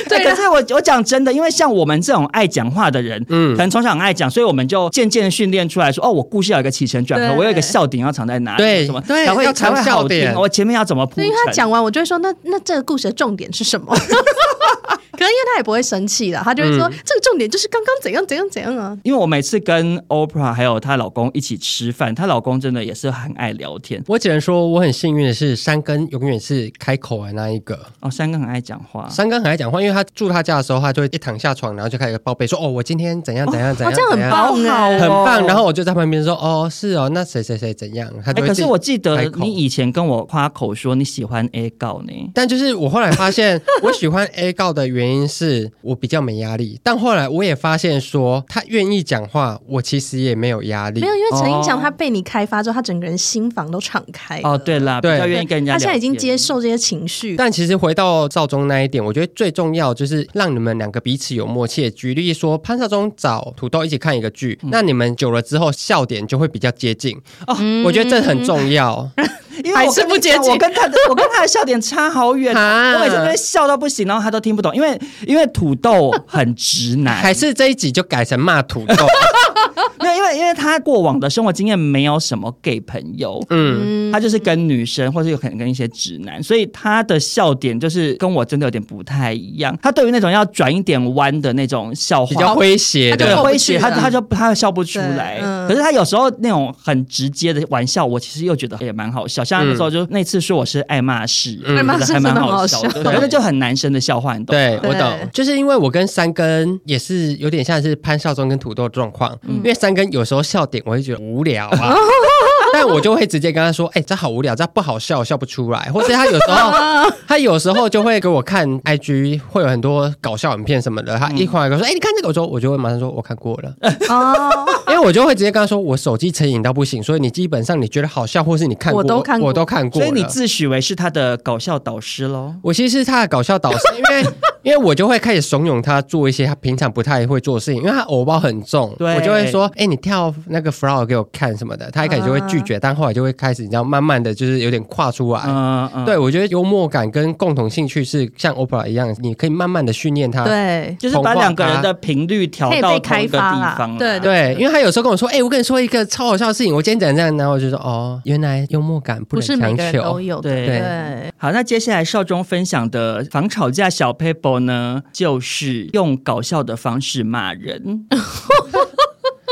D: 对啊
B: 哎可是我我讲真的，因为像我们这种爱讲话的人，嗯，可能从小很爱讲，所以我们就渐渐地训练出来说，哦，我故事要有一个起承转合，
D: 对
B: 我有一个笑点要藏在哪里，
C: 对
B: 什么
C: 对
B: 才会
C: 要
B: 才
C: 藏
B: 会好
C: 笑
B: 听
C: 点，
B: 我前面要怎么铺
D: 对，
B: 陈
D: 因为？他讲完，我就会说那那这个故事的重点是什么？可 <laughs> 能因为他也不会生气的，他就会说、这个重点就是刚刚怎样怎样怎样啊。
B: 因为我每次跟 Oprah 还有她老公一起吃饭，她老公真的也是很爱聊天
C: 我只能说我很幸运的是，山根永远是开口的那一个。
B: 哦，三个很爱讲话，
C: 山根很爱讲话，因为他住他家的时候，他就会一躺下床，然后就开始报备说：“哦，我今天怎样怎样怎
D: 哦
C: 样。”
D: 这样很棒
B: 好好
D: 哎
B: 哦
C: 很棒。然后我就在旁边说：“哦，是哦，那谁谁谁怎样？”他
B: 哎、
C: 就会
B: 可
C: 自
B: 是
C: 己
B: 我记得
C: 开口
B: 你以前跟我夸口说你喜欢 A 告呢，
C: 但就是我后来发现，我喜欢 A 告的原因是我比较没压力。但后来我也发现说，他愿意讲话，我其实也没有压力。
D: 没有，因为陈英
B: 哦
D: 强他被你开发之后，他整个人心房都敞开了
B: 哦，对啦，比
C: 对
B: 较愿意跟人家
D: 他现在
B: 聊
D: 已经
B: 天
D: 接受这些情绪。
C: 但其实回到少中那一点，我觉得最重要就是让你们两个彼此有默契。举例说，潘少中找土豆一起看一个剧，
D: 嗯
C: 那你们久了之后笑点就会比较接近。哦，我觉得这很重要。
D: 嗯
B: 因为
D: 还
B: 我
D: 是
B: 跟
D: 不
B: 你
D: 接
B: 讲
D: 近
B: 我跟他的我跟他的笑点差好远，哦
C: <laughs> 啊
B: 我每次都会笑到不行，然后他都听不懂，因为因为土豆很直男，
C: 还是这一集就改成骂土
D: <laughs>
C: 豆。
B: 没有因为因为他过往的生活经验没有什么 gay 朋友，
C: 嗯，
D: 嗯，
B: 他就是跟女生或者有可能跟一些直男，所以他的笑点就是跟我真的有点不太一样。他对于那种要转一点弯的那种笑话，
C: 比较诙谐
D: 他
B: 对，
D: 就
C: 的。
D: 过
B: 诙
D: 不
B: 谐，
D: 去
B: 他
D: 了
B: 他就他笑不出来
D: 对。嗯
B: 可是他有时候那种很直接的玩笑，我其实又觉得也蛮好笑。像那时候就那次说我是爱骂式，
C: 嗯
B: 我觉得还蛮笑
D: 爱骂式真的很好笑
B: 的，对那就很男生的笑话，你懂
C: 对
B: 吗？，
C: 我
D: 对
C: 懂，就是因为我跟三根也是有点像是潘少忠跟土豆的状况，
D: 嗯
C: 因为三根有时候笑点我会觉得无聊
D: <laughs>
C: 啊，但我就会直接跟他说，哎、这好无聊，这不好笑，笑不出来，或者他有时
D: <laughs>
C: 候他有时候就会给我看 IG，会有很多搞笑影片什么的，他一过来跟我说，哎、你看这个，我说我就会马上说我看过
D: <laughs>
C: 了，
D: 哦，
C: 因为我就会直接跟他说，我手机成瘾到不行，所以你基本上你觉得好笑或是你看过，
D: 我都看过
C: 我都看过
B: 所
C: 了，
B: 以你自诩为是他的搞笑导师喽？
C: 我其实是他的搞笑导
D: <laughs>
C: 师，因为因为我就会开始怂恿他做一些他平常不太会做的事情，因为他偶包很重，
B: 对
C: 我就会说，哎、你跳那个 flower 给我看什么的，他一开始就会拒绝，
D: 啊
C: 但后来就会开始，你知道，慢慢的就是有点跨出来。
B: 嗯嗯，
C: 哎对，我觉得幽默感跟共同兴趣是像 OPRA 一样，你可以慢慢的训练他。
D: 对，
B: 就是把两个人的频率调到同一个地方啊啦。
D: 可以被开发啊啦对
C: 对，因为他有时候跟我说，哎、我跟你说一个超好笑的事情，我今天怎样怎样，然后我就说，哦，原来幽默感不
D: 不
C: 能
D: 是
C: 强
D: 每个人
C: 求
D: 都。有的。
B: 对
D: 对，
B: 好，那接下来少中分享的防吵架小 paper 呢，就是用搞笑的方式骂人。
D: <laughs>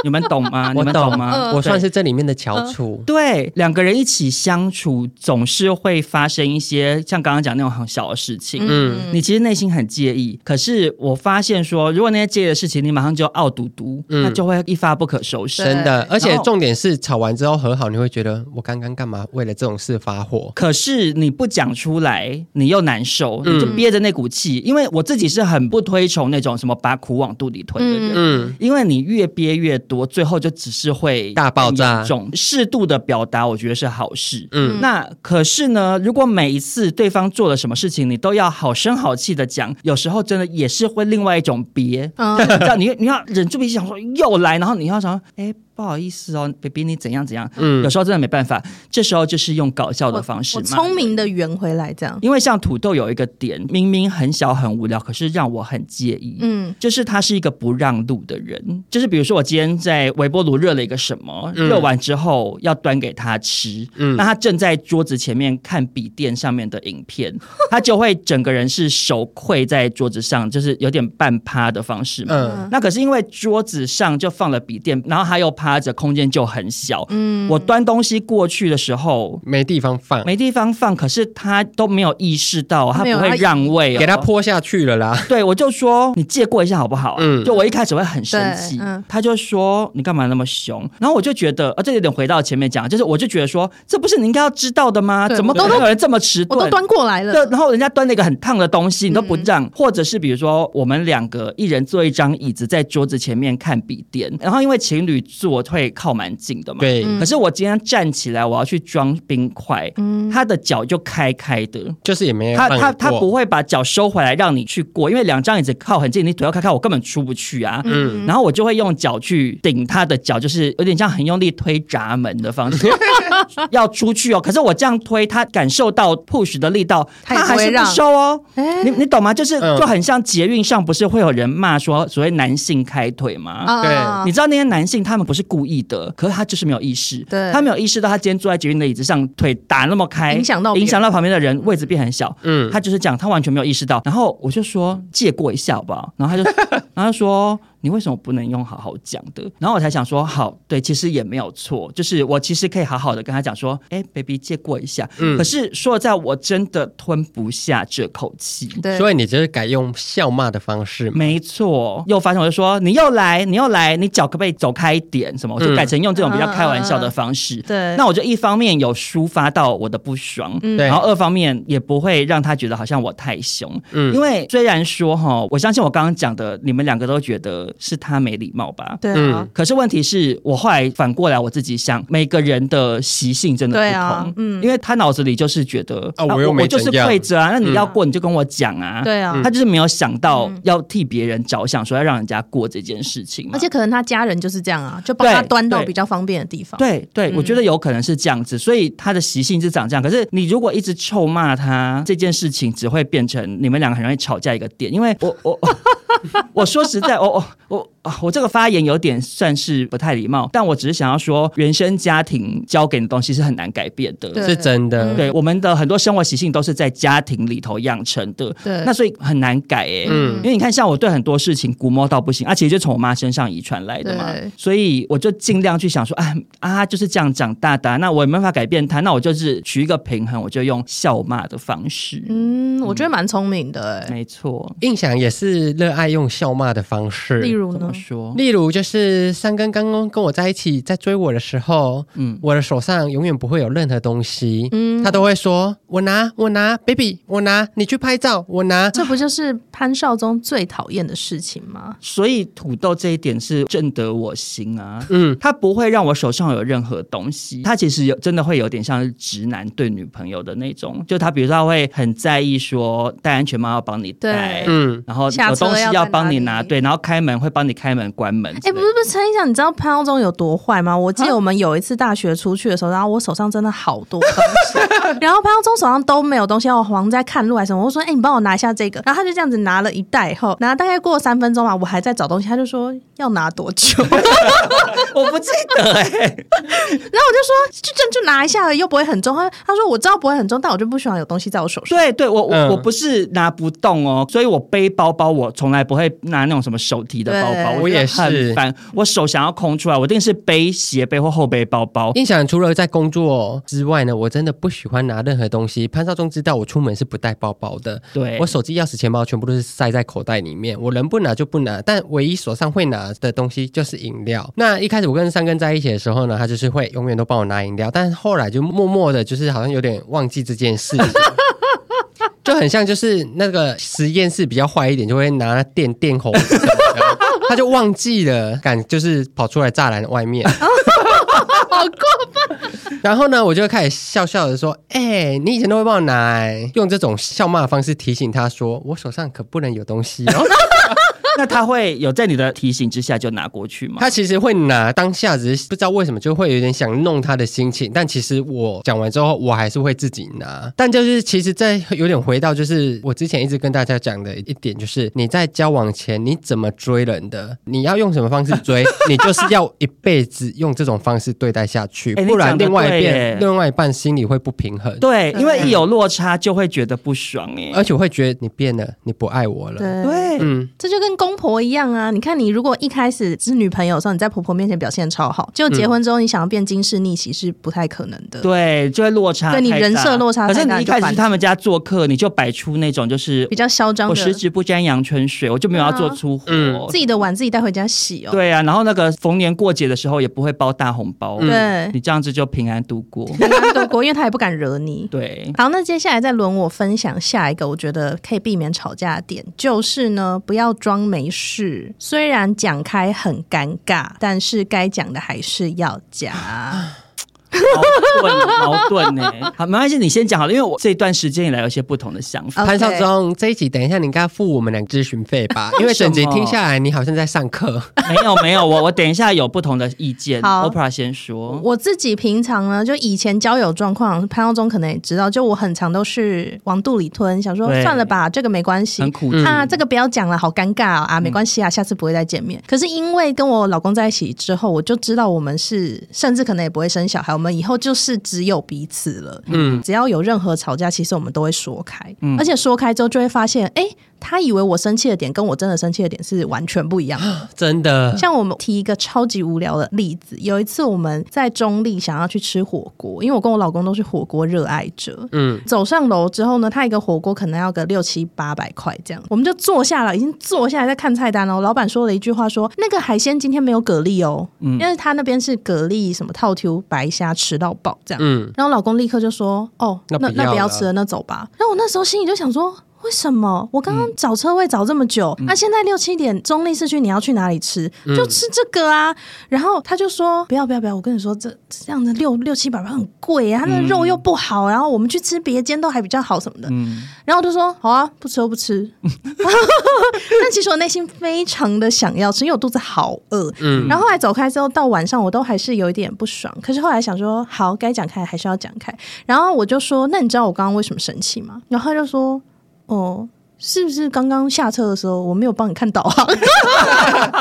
B: 你们懂吗？你
C: 我
B: 们懂
D: 嗯
B: 吗？
C: 我
B: 对
C: 算是这里面的翘楚。
B: 对，两个人一起相处，总是会发生一些像刚刚讲那种很小的事情。
C: 嗯
B: 你其实内心很介意，可是我发现说，如果那些介意的事情，你马上就傲嘟嘟，
C: 嗯
B: 那就会一发不可收拾。
C: 真的，而且
B: 然后
C: 重点是吵完之后和好，你会觉得我刚刚干嘛为了这种事发火？
B: 可是你不讲出来，你又难受，
C: 嗯
B: 你就憋着那股气。因为我自己是很不推崇那种什么把苦往肚里吞的人，
C: 嗯，
B: 因为你越憋越多，最后就只是会
C: 大爆炸
B: 更严重适度的表达，我觉得是好事。
C: 嗯
B: 嗯，那可是呢，如果每一次对方做了什么事情，你都要好声好气的讲，有时候真的也是会另外一种憋。
D: 嗯
B: 你知道，你你要忍住脾气，想说又来，然后你要想，哎、不好意思哦，baby，你怎样怎样。
C: 嗯
B: 有时候真的没办法，这时候就是用搞笑的方式
D: 我
B: 嘛。
D: 聪明的圆回来这样。
B: 因为像土豆有一个点，明明很小很无聊，可是让我很介意。
D: 嗯，
B: 就是他是一个不让路的人，就是比如说我今天在微波炉热了一个什么，热完之后要端给他吃，那他正在桌子前面看笔电上面的影片， <laughs> 他就会整个人是手跪在桌子上，就是有点半趴的方式嘛。
C: 嗯
B: 那可是因为桌子上就放了笔电，然后他又趴着，空间就很小。
D: 嗯
B: 我端东西过去的时候。
C: 没地方放，
B: 没地方放，可是他都没有意识到，他
D: 没有
B: 不会
D: 要
B: 让位、哦，
C: 给他泼下去了啦。
B: 对，我就说你借过一下好不好、啊？
C: 嗯
B: 就我一开始会很生气，
D: 对嗯
B: 他就说你干嘛那么凶？然后我就觉得，呃，这有点回到前面讲，就是我就觉得说，这不是你应该要知道的吗？
D: 对
B: 怎么
D: 我都
B: 可能有人这么迟
D: 我都
B: 钝？
D: 端过来了，嗯
B: 对，然后人家端了一个很烫的东西，你都不让，或者是比如说我们两个一人坐一张椅子在桌子前面看笔电，然后因为情侣坐会靠蛮近的嘛，
C: 对，
D: 嗯
B: 可是我今天站起来，我要去装冰块，
D: 嗯
B: 他的脚就开开的，
C: 就是也没有
B: 他他
C: 放
B: 他
C: 过
B: 不会把脚收回来让你去过，因为两张椅子靠很近，你腿要开开，我根本出不去啊。
C: 嗯
B: 然后我就会用脚去顶他的脚，就是有点像很用力推闸门的方
C: <laughs>
B: 式，要出去哦。可是我这样推，他感受到 push 的力道，
D: 他
B: 他
D: 也不
B: 还
D: 会
B: 是
D: 让
B: 不收哦。
D: 哎
B: 你你懂吗？就是
C: 嗯
B: 就很像捷运上不是会有人骂说所谓男性开腿吗？
D: 啊
B: 你知道那些男性他们不是故意的，可是他就是没有意识，
D: 对
B: 他没有意识到他今天坐在捷运的椅子上，腿打那么开，
D: 影响到别人
B: 影响到旁边的人，位置变很小。
C: 嗯
B: 他就是这样，他完全没有意识到。然后我就说借过一下好不好？然后他就， <laughs> 然后他说你为什么不能用好好讲的？然后我才想说，好，对，其实也没有错，就是我其实可以好好的跟他讲说，哎，baby 借过一下。可是说实在，我真的吞不下这口气。
D: 对，
C: 所以你就是改用笑骂的方式嘛，
B: 没错，又发现我就说你又来，你又来，你脚可不可以走开一点？什么？我就
C: 嗯
B: 改成用这种比较开玩笑的方式。
D: 对
B: 那我就一方面有抒发到我的不爽，
C: 对
B: 然后二方面也不会让他觉得好像我太凶。
C: 嗯
B: 因为虽然说哈，我相信我刚刚讲的，你们两个都觉得是他没礼貌吧？
D: 对啊
C: 嗯，
B: 可是问题是我后来反过来我自己想，每个人的习性真的
D: 对
B: 不同，
D: 啊嗯
B: 因为他脑子里就是觉得
C: 啊我又没嗯
B: 我就是
C: 怎样
B: 跪着啊，那你要过你就跟我讲啊，
D: 对啊嗯
B: 他就是没有想到要替别人着想，说要让人家过这件事情嘛，
D: 而且可能他家人就是这样啊，就帮他端到比较方便的地方。
B: 对对，我觉得有可能是这样子，所以他的习性是长这样。可是你如果一直臭骂他，这件事情只会变成你们两个很容易吵架一个点。因为我我我 <laughs> 我说实在，我我我啊我这个发言有点算是不太礼貌，但我只是想要说，原生家庭教给你的东西是很难改变的。
D: 对
C: 是真的。
B: 对，我嗯们的很多生活习性都是在家庭里头养成的，
D: 对
B: 那所以很难改哎、
C: 嗯
B: 因为你看，像我对很多事情估摸到不行，啊，其实就从我妈身上遗传来的嘛
D: 对，
B: 所以我就尽量去想说，啊啊，就是这样长大的啊、那我也没办法改变他，那我就是取一个平衡，我就用笑骂的方式，
D: 嗯，我觉得蛮聪明的哎。
B: 没错，
C: 印象也是热爱用笑骂的方式，
D: 例如
B: 怎
D: 呢
B: 么，说？
C: 例如就是三根刚刚跟我在一起，在追我的时候，嗯
B: 嗯，
C: 我的手上永远不会有任何东西，
D: 嗯
C: 嗯，他都会说我拿我拿，baby 我拿，你去拍照我拿，
D: 这不就是潘少宗最讨厌的事情吗？
B: 所以土豆这一点是正得我心啊，
C: 嗯，
B: 他不会让我手上有任何东西，他其实有真的会有点像是直男对女朋友的那种，就他比如说他会很在意说戴安全帽要帮你戴，
D: 对
C: 嗯，
B: 然后
D: 下
B: 有
D: 车
B: 东西
D: 要在
B: 帮你
D: 哪
B: 拿，
D: 里
B: 对，然后开门会帮你开门关门之类的，
D: 哎，
B: 啊
D: 不是不是，陈一想，你知道潘少宗有多坏吗？我记得我们有一次大学出去的时候，然后我手上真的好多东
B: <laughs>
D: 西，然后潘少宗手上都没有东西，我好像在看路还是什么，我说：“哎，你帮我拿一下这个。”然后他就这样子拿了一袋，以后拿大概过三分钟吧，我还在找东西，他就说要拿多
B: <laughs>
D: 久？
B: 我不记得哎、
D: 然后我就说，就这就拿一下而已，又不会很重。他他说我知道不会很重，但我就不喜欢有东西在我手上。
B: 对对，我我、
C: 嗯
B: 我不是拿不动哦，所以我背包包我从来不会拿那种什么手提的包包，我觉
D: 对
B: 得
C: 我也是
B: 很烦，我手想要空出来，我一定是背斜背或后背包
D: <laughs>
B: 包。
C: 印象除了在工作之外呢，我真的不喜欢拿任何东西。潘少忠知道我出门是不带包包的，
B: 对
C: 我手机、钥匙、钱包全部都是塞在口袋里面，我能不拿就不拿。但唯一手上会拿的东西就是饮料。那一开始我跟三根在一起的时候呢，他就是会永远都帮我拿饮料，但后来就默默的，就是好像有点忘记这件事情。就很像，就是那个实验室比较坏一点，就会拿电电喉，他就忘记了，敢就是跑出来栅栏外面，然后呢，我就开始笑笑的说：“哎、你以前都会帮我拿、欸，用这种笑骂的方式提醒他说，我手上可不能有东西
B: <laughs>
C: 哦。
B: 那他会有在你的提醒之下就拿过去吗？
C: 他其实会拿，当下只是不知道为什么就会有点想弄他的心情，但其实我讲完之后，我还是会自己拿。但就是其实，在有点回到就是我之前一直跟大家讲的一点，就是你在交往前你怎么追人的，你要用什么方式
B: <laughs>
C: 追，你就是要一辈子用这种方式对待下去，
B: 哎你
C: 不然
B: 讲得
C: 另外一
B: 对耶
C: 边另外一半心里会不平衡。
B: 对，
D: 对
B: 因为一有落差就会觉得不爽哎、
C: 呃而且我会觉得你变了，你不爱我了。
D: 对
B: 对，
C: 嗯，
D: 这就跟公婆一样啊。你看，你如果一开始是女朋友的时候，你在婆婆面前表现超好，就
B: 嗯
D: 结婚之后你想要变金氏逆袭是不太可能的。
B: 对，就会落差太
D: 对
B: 大。
D: 你人设落差
B: 可是
D: 太
B: 你
D: 大
B: 一
D: 就
B: 开始
D: 反
B: 去他们家做客，你就摆出那种就是
D: 比较嚣张
B: 我
D: 的，啊
B: 十指不沾阳春水，我就没有要做粗活。
C: 嗯
D: 自己的碗自己带回家洗哦。
B: 对啊，然后那个逢年过节的时候也不会包大红包，
D: 对
B: 你这样子就平安度过。
D: 很难度过，因为他也不敢惹你。
B: <laughs> 对，
D: 好，那接下来再轮我分享下一个，我觉得可以避免吵架的点，就是呢，不要装没事。虽然讲开很尴尬，但是该讲的还是要
B: <sighs>
D: 讲。
B: 矛盾矛盾呢、好，没关系，你先讲好了，因为我这段时间以来有一些不同的想法。 <laughs>
C: 潘
D: OK
C: 少忠，这一集等一下你应该付我们两咨询费
D: <laughs>
C: 吧？因为整集听下来，你好像在上课。
B: <laughs> 没有没有，我我等一下有不同的意见。
D: 好
B: OPRA 先说，
D: 我自己平常呢，就以前交友状况，潘耀宗可能也知道，就我很常都是往肚里吞，想说
B: 对
D: 算了吧，这个没关系
B: 很。苦
C: 嗯
D: 啊，这个不要讲了，好尴尬哦、啊！没关系啊，下次不会再见面。可是因为跟我老公在一起之后，我就知道我们是，甚至可能也不会生小孩，我们以后就是只有彼此了。
C: 嗯，
D: 只要有任何吵架，其实我们都会说开，而且说开之后就会发现，哎、他以为我生气的点跟我真的生气的点是完全不一样的。
C: 真的。
D: 像我们提一个超级无聊的例子，有一次我们在中立想要去吃火锅，因为我跟我老公都是火锅热爱者。
C: 嗯，
D: 走上楼之后呢，他一个火锅可能要个六七八百块这样，我们就坐下了，已经坐下来在看菜单哦了。老板说了一句话说：“那个海鲜今天没有蛤蜊哦，因为他那边是蛤蜊什么套 Q 白虾吃到饱这样。”
C: 嗯，
D: 然后老公立刻就说：“哦，
C: 那
D: 那
C: 不要
D: 不要
C: 了
D: 吃了，那走吧。”然后我那时候心里就想说。为什么我刚刚找车位找这么久？
C: 嗯
D: 那、现在六七点，中立市区你要去哪里吃？就吃这个啊！然后他就说：“不要不要不要！我跟你说，这这样的六六七百块很贵
C: 嗯
D: 啊，他那肉又不好，然后我们去吃别间都还比较好什么的。
C: 嗯
D: 然后我就说：“好啊，不吃就不吃。” <laughs> 但其实我内心非常的想要吃，因为我肚子好饿。
C: 嗯
D: 然后后来走开之后，到晚上我都还是有一点不爽。可是后来想说，好，该讲开还是要讲开。然后我就说，那你知道我刚刚为什么生气吗？然后他就说，哦，是不是刚刚下车的时候我没有帮你看导航？我 <laughs> 就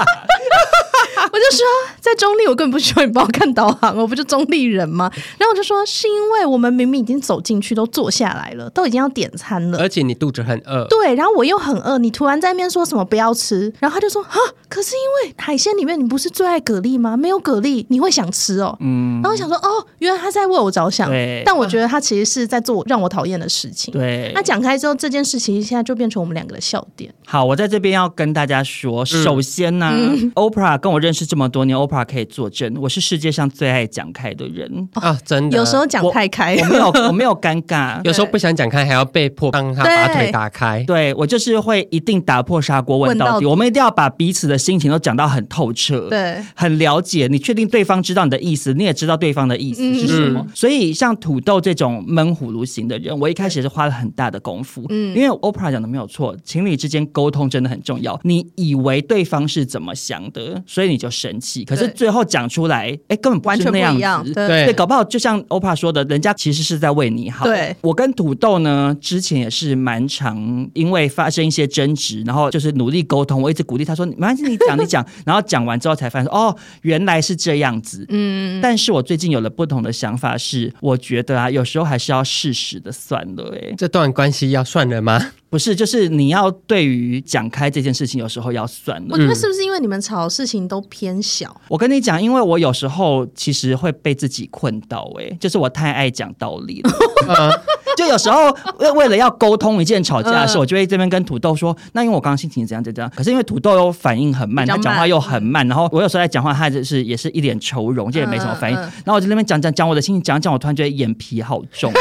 D: 说，在中立我根本不需要你帮我看导航，我不就中立人吗？然后我就说，是因为我们明明已经走进去，都坐下来了，都已经要点餐了，
C: 而且你肚子很饿。
D: 对，然后我又很饿，你突然在那边说什么不要吃，然后他就说啊，可是因为海鲜里面你不是最爱蛤蜊吗？没有蛤蜊你会想吃哦。
B: 嗯
D: 然，后我想说哦，原来他在为我着想
B: 对，
D: 但我觉得他其实是在做让我讨厌的事情。
B: 对，
D: 那讲开之后，这件事情现在就变成我们两个的笑点。
B: 好，我在这边要跟大家说，首先呢、o <laughs>
D: 嗯
B: p r a h 跟我认识这么多年，OPRA h 可以作证，我是世界上最爱讲开的人。
C: 啊，真的。
D: 有时候讲太开，
B: 嗯我没有，我没有尴尬，
C: 有时候不想讲开，还要被迫帮他把腿打开。
B: 对我就是会一定打破砂锅问
D: 问
B: 到
D: 到
B: 底，
D: 底
B: 我们一定要把彼此的心情都讲到很透彻。。
D: <laughs> 对，
B: 很了解，你确定对方知道你的意思，你也知道对方的意
D: 嗯
B: 思是什么。所以像土豆这种闷葫芦型的人，我一开始也是花了很大的功夫，
D: 嗯
B: 因为 OPRA h 讲的没有错，情侣之间沟通真的很重要。你以为对方是怎么想的，所以你就生气，可是
D: 对
B: 最后讲出来，哎，根本不
D: 完
B: 是
D: 全不
B: 那样
D: 一样。
B: 子。
D: 对，嗯
C: 对
B: 对，搞不好就像 OPA 说的，人家其实是在为你好。
D: 对
B: 我跟土豆呢，之前也是蛮常因为发生一些争执，然后就是努力沟通，我一直鼓励他说：“没关系，你讲，你
D: <laughs>
B: 讲。”然后讲完之后才发现说，哦，原来是这样子。嗯，但是我最近有了不同的想法是，我觉得啊，有时候还是要适时的算了、欸，
C: 这段关系要算了
B: <laughs>
C: 吗？
B: 不是，就是你要对于讲开这件事情，有时候要算了
D: 我。觉得是不是因为你们吵的事情都偏小？
B: 我跟你讲，因为我有时候其实会被自己困到、欸，就是我太爱讲道理了。 <laughs> 就有时候为为了要沟通一件吵架的事，
D: 嗯
B: 我就会这边跟土豆说，那因为我刚刚心情怎样怎样怎样，可是因为土豆又反应很慢，
D: 比较
B: 他
D: 慢
B: 讲话又很慢，然后我有时候在讲话，他就是也是一脸愁容，就也没什么反应。
D: 嗯嗯嗯
B: 然后我就在那边讲讲讲我的心情，讲讲我突然觉得眼皮好重。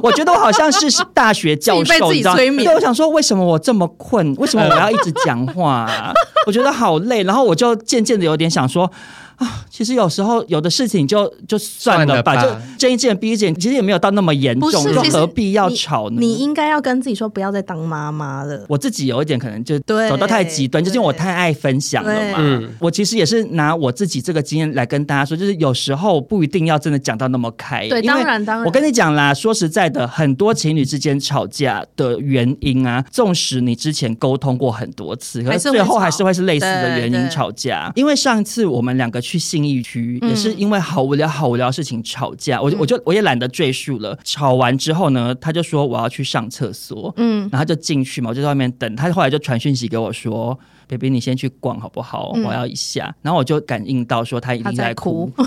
B: 我觉得我好像
D: <laughs>
B: 是是大学教
D: 自己被
B: 授，
D: 自己
B: 你知道吗？
D: 催眠
B: 对，我想说，为什么我这么困？为什么我要一直讲话、
D: <laughs>
B: 我觉得好累，然后我就渐渐的有点想说，啊其实有时候有的事情就就算了吧，
C: 算了吧
B: 就睁一只眼闭一只眼，其实也没有到那么严重，
D: 不是
B: 就
D: 其实
B: 何必要吵呢？
D: 你应该要跟自己说，不要再当妈妈了。
B: 我自己有一点可能就
D: 对
B: 走到太极端，就是因为我
D: 对
B: 太爱分享了嘛。
D: 对
C: 嗯
B: 我其实也是拿我自己这个经验来跟大家说，就是有时候不一定要真的讲到那么开。
D: 对
B: 因为
D: 当然当然
B: 我跟你讲啦，说实在的，很多情侣之间吵架的原因啊，纵使你之前沟通过很多次，可
D: 还
B: 是
D: 是会
B: 最后
D: 吵
B: 还是会是类似的
D: 对
B: 原因
D: 对
B: 吵架。因为上次我们两个去信义区，也
D: 嗯
B: 是因为好无聊、好无聊的事情吵架，我就我就我也懒得赘述了。吵完之后呢，他就说我要去上厕所，
D: 嗯，
B: 然后他就进去嘛，我就在外面等。他后来就传讯息给我说：“baby，你先去逛好不好？
D: 嗯
B: 我要一下。”然后我就感应到说他一定
D: 他在
B: 哭
D: 哭，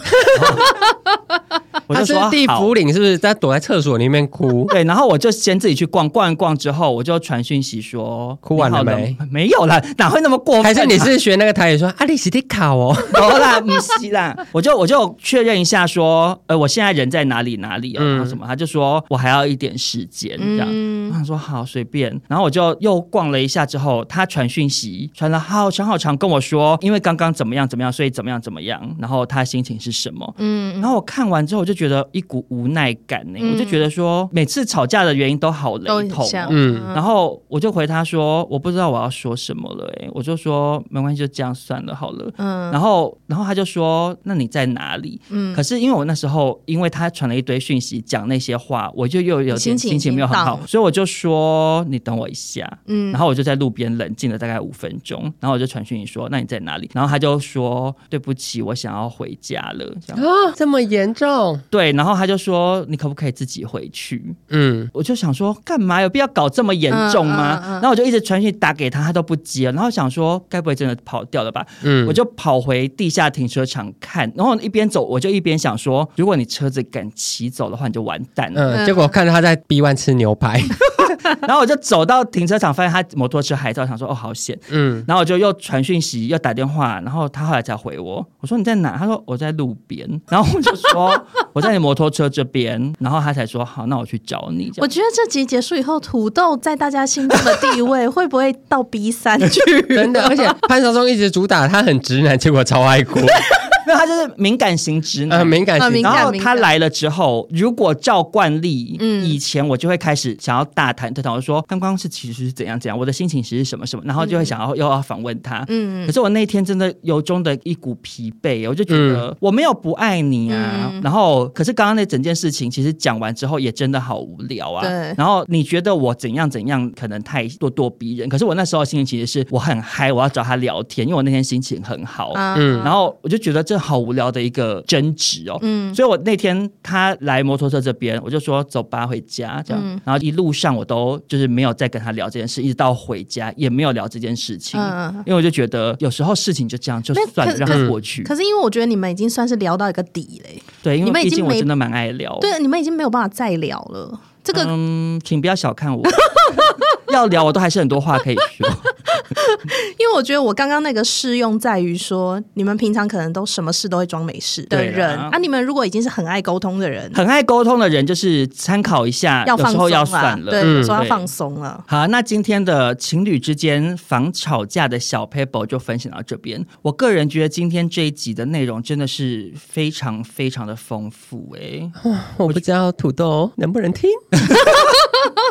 B: 我
C: 他
B: 就是说
C: 地
B: 好
C: 府灵，是不是在躲在厕所里面
B: <laughs>
C: 哭？
B: 对，然后我就先自己去逛，逛一逛之后，我就传讯息说
C: 哭完了
B: 你好
C: 没？
B: 没有啦，哪会那么过分、啊？
C: 还是你是学那
B: <laughs>
C: 个台语说
B: 啊
C: 阿里斯蒂卡哦？
B: 有啦，不是啦， <laughs> 我就我就确认一下说，呃，我现在人在哪里哪里哦，
C: 嗯
B: 然后什么，他就说我还要一点时间这样。
D: 嗯
B: 我想说好随便，然后我就又逛了一下之后，他传讯息传了好长好长跟我说，因为刚刚怎么样怎么样，所以怎么样怎么样，然后他心情是什么？
D: 嗯
B: 然后我看完之后，我就觉得一股无奈感呢、
D: 嗯
B: 我就觉得说每次吵架的原因都好雷
D: 都
B: 同、
D: 很
B: 哦
D: 像，，
C: 嗯
B: 然后我就回他说，我不知道我要说什么了、欸，我就说没关系，就这样算了好了。
D: 嗯
B: 然后，然后他就说：“那你在哪里？”
D: 嗯
B: 可是因为我那时候，因为他传了一堆讯息，讲那些话，我就又有点
D: 心情
B: 心情没有很
D: 已经
B: 好，
D: 荡
B: 所以我就说：“你等我一下。”
D: 嗯
B: 然后我就在路边冷静了大概五分钟，然后我就传讯息说：“那你在哪里？”然后他就说：“对不起，我想要回家了。”这样
C: 啊，这么严重？
B: 对，然后他就说：“你可不可以自己回去？”
C: 嗯，
B: 我就想说，干嘛有必要搞这么严重吗？
D: 嗯嗯嗯
B: 然后我就一直传讯打给他，他都不接。然后想说，该不会真的跑掉了吧？
C: 嗯
B: 我就跑回地下停车场看，然后一边走我就一边想说，如果你车子敢骑走的话，你就完蛋了。
C: 嗯，结果看到他在 B One 吃牛排，
B: <laughs> 然后我就走到停车场，发现他摩托车还在，我想说哦好险。
C: 嗯，
B: 然后我就又传讯息，又打电话，然后他后来才回我，我说你在哪？他说我在路边，然后我就说 <laughs> 我在你摩托车这边，然后他才说好，那我去找你。这
D: 我
B: 样
D: 觉得这集结束以后，土豆在大家心中的地位会不会到 B 三去？
C: 真的，而且潘少忠一直主打他很直男，结果超爱哭，
B: 没有，他就是敏感型直男。
C: 呃，敏感
D: 呃
C: 型
D: 敏
B: 然
D: 感
B: 后他来了之后，如果照惯例，
D: 嗯
B: 以前我就会开始想要大谈特谈，我说刚刚是其实是怎样怎样，我的心情其实是什么什么，然后就会想要又要访问他。
D: 嗯
B: 可，是我那天真的由衷的一股疲惫，我就觉得我没有不爱你啊。
D: 嗯
B: 然后，可是刚刚那整件事情，其实讲完之后也真的好无聊啊。
D: 对
B: 然后你觉得我怎样怎样，可能太咄咄逼人。可是我那时候心情其实是我很嗨，我要找他聊天，因为我那天心情很好。
D: 啊
C: 嗯
B: 然后我就觉得这好无聊的一个争执哦。
D: 嗯
B: 所以我那天他来摩托车这边，我就说走吧，回家这样。
D: 嗯
B: 然后一路上我都就是没有再跟他聊这件事，一直到回家也没有聊这件事情。
D: 嗯。
B: 因为我就觉得有时候事情就这样，就
D: 没有
B: 算了，
D: 可
B: 让它过去。
D: 可是因为我觉得你们已经算是聊到一个底嘞、
B: 对，因
D: 你
B: 为
D: 们已
B: 毕
D: 经
B: 竟我
D: 没
B: 真的蛮爱聊。，
D: 对，你们已经没有办法再聊了。这个、
B: 哦嗯，请不要小看我， <laughs> 要聊我都还是很多话可以说。
D: 因为我觉得我刚刚那个适用在于说，你们平常可能都什么事都会装没事的
B: 对啦
D: 人，啊，你们如果已经是很爱沟通的人，
B: 很爱沟通的人，就是参考一下，
D: 要
B: 有
D: 放
B: 时
D: 松
B: 候
D: 了，
B: 要算了。
D: 对，
C: 嗯
D: 有时候要
B: 对
D: 放松啊了。
B: 好，那今天的情侣之间防吵架的小 paper 就分享到这边。我个人觉得今天这一集的内容真的是非常非常的丰富诶、
C: <laughs> 我不知道土豆哦 <laughs> 能不能听。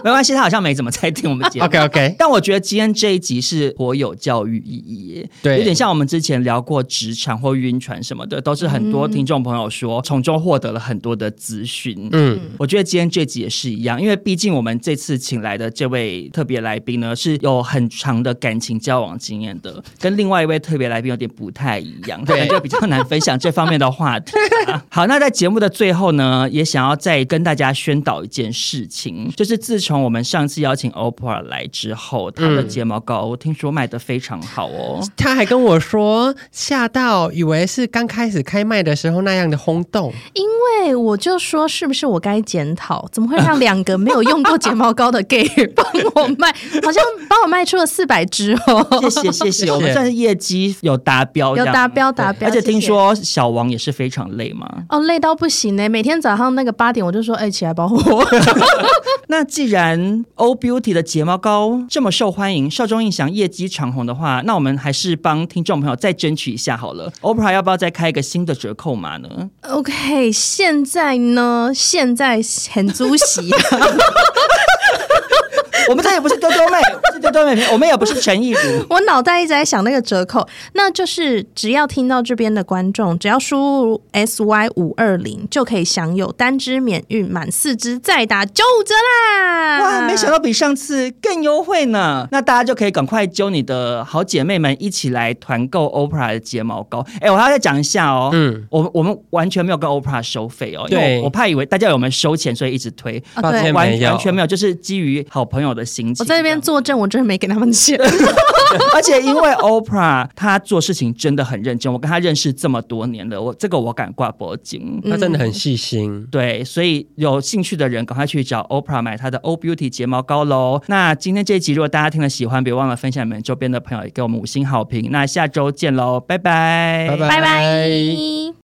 B: 没关系，他好像没怎么在听我们节目。
C: OK OK，
B: 但我觉得今天这一集是颇有教育意义耶，
C: 对
B: 有点像我们之前聊过职场或晕船什么的，都是很多听众朋友说从中获得了很多的资讯。
C: 嗯，
B: 我觉得今天这集也是一样，因为毕竟我们这次请来的这位特别来宾呢，是有很长的感情交往经验的，跟另外一位特别来宾有点不太一样，可能就比较难分享这方面的话题啊、好，那在节目的最后呢，也想要再跟大家宣导一件事情，就是自从我们上次邀请 OPRA 来之后，她的睫毛膏、我听说卖的非常好哦。
D: 嗯
C: 他还跟我说吓到，以为是刚开始开卖的时候那样的轰动。
D: 因为我就说，是不是我该检讨？怎么会让两个没有用过睫毛膏的 gay 帮我卖？好像帮我卖出了四百支哦，
B: 谢谢谢谢，我们算是业绩 <laughs> 有达标，
D: 有达。标达标。
B: 而且听
D: 谢谢
B: 说小王也是非常累嘛，
D: 哦，累到不行呢、每天早上那个八点，我就说，哎、起来保护
B: <laughs>
D: 我。
B: 那既然 O Beauty 的睫毛膏这么受欢迎，受众印象业绩长红的话，那我们还是帮听众朋友再争取一下好了。Oprah 要不要再开一个新的折扣码 <laughs> 呢？
D: OK，现在呢？现在很租席， <laughs>
B: 我们这也不是丢丢妹，是丢个都没骗，我们也不是陈意如。
D: 我脑袋一直在想那个折扣，那就是只要听到这边的观众，只要输入 S Y 五二零就可以享有单支免运，满四支再打九五折啦！
B: 哇，没想到比上次更优惠呢！那大家就可以赶快揪你的好姐妹们一起来团购 OPRA 的睫毛膏。哎、我还要再讲一下哦，
C: 嗯，
B: 我我们完全没有跟 OPRA 收费哦，因为
C: 对
B: 我我怕以为大家有没有收钱，所以一直推，
D: 啊
C: 抱
D: 对
C: 歉，
B: 完
C: 没有
B: 完全没有，就是基于好朋友的心情。
D: 我在这边作证，我真的没给他们钱。
B: <laughs> 而且因为 OPRA 他做事情真的很认真，我跟他认识这么多年了，我这个我敢挂脖颈。
C: 他真的很细心。
B: 对，所以有兴趣的人赶快去找 OPRA 买他的 O Beauty 睫毛膏喽。那今天这一集如果大家听了喜欢，别忘了分享你们周边的朋友，也给我们五星好评。那下周见喽，拜拜，
C: 拜拜
D: 拜拜。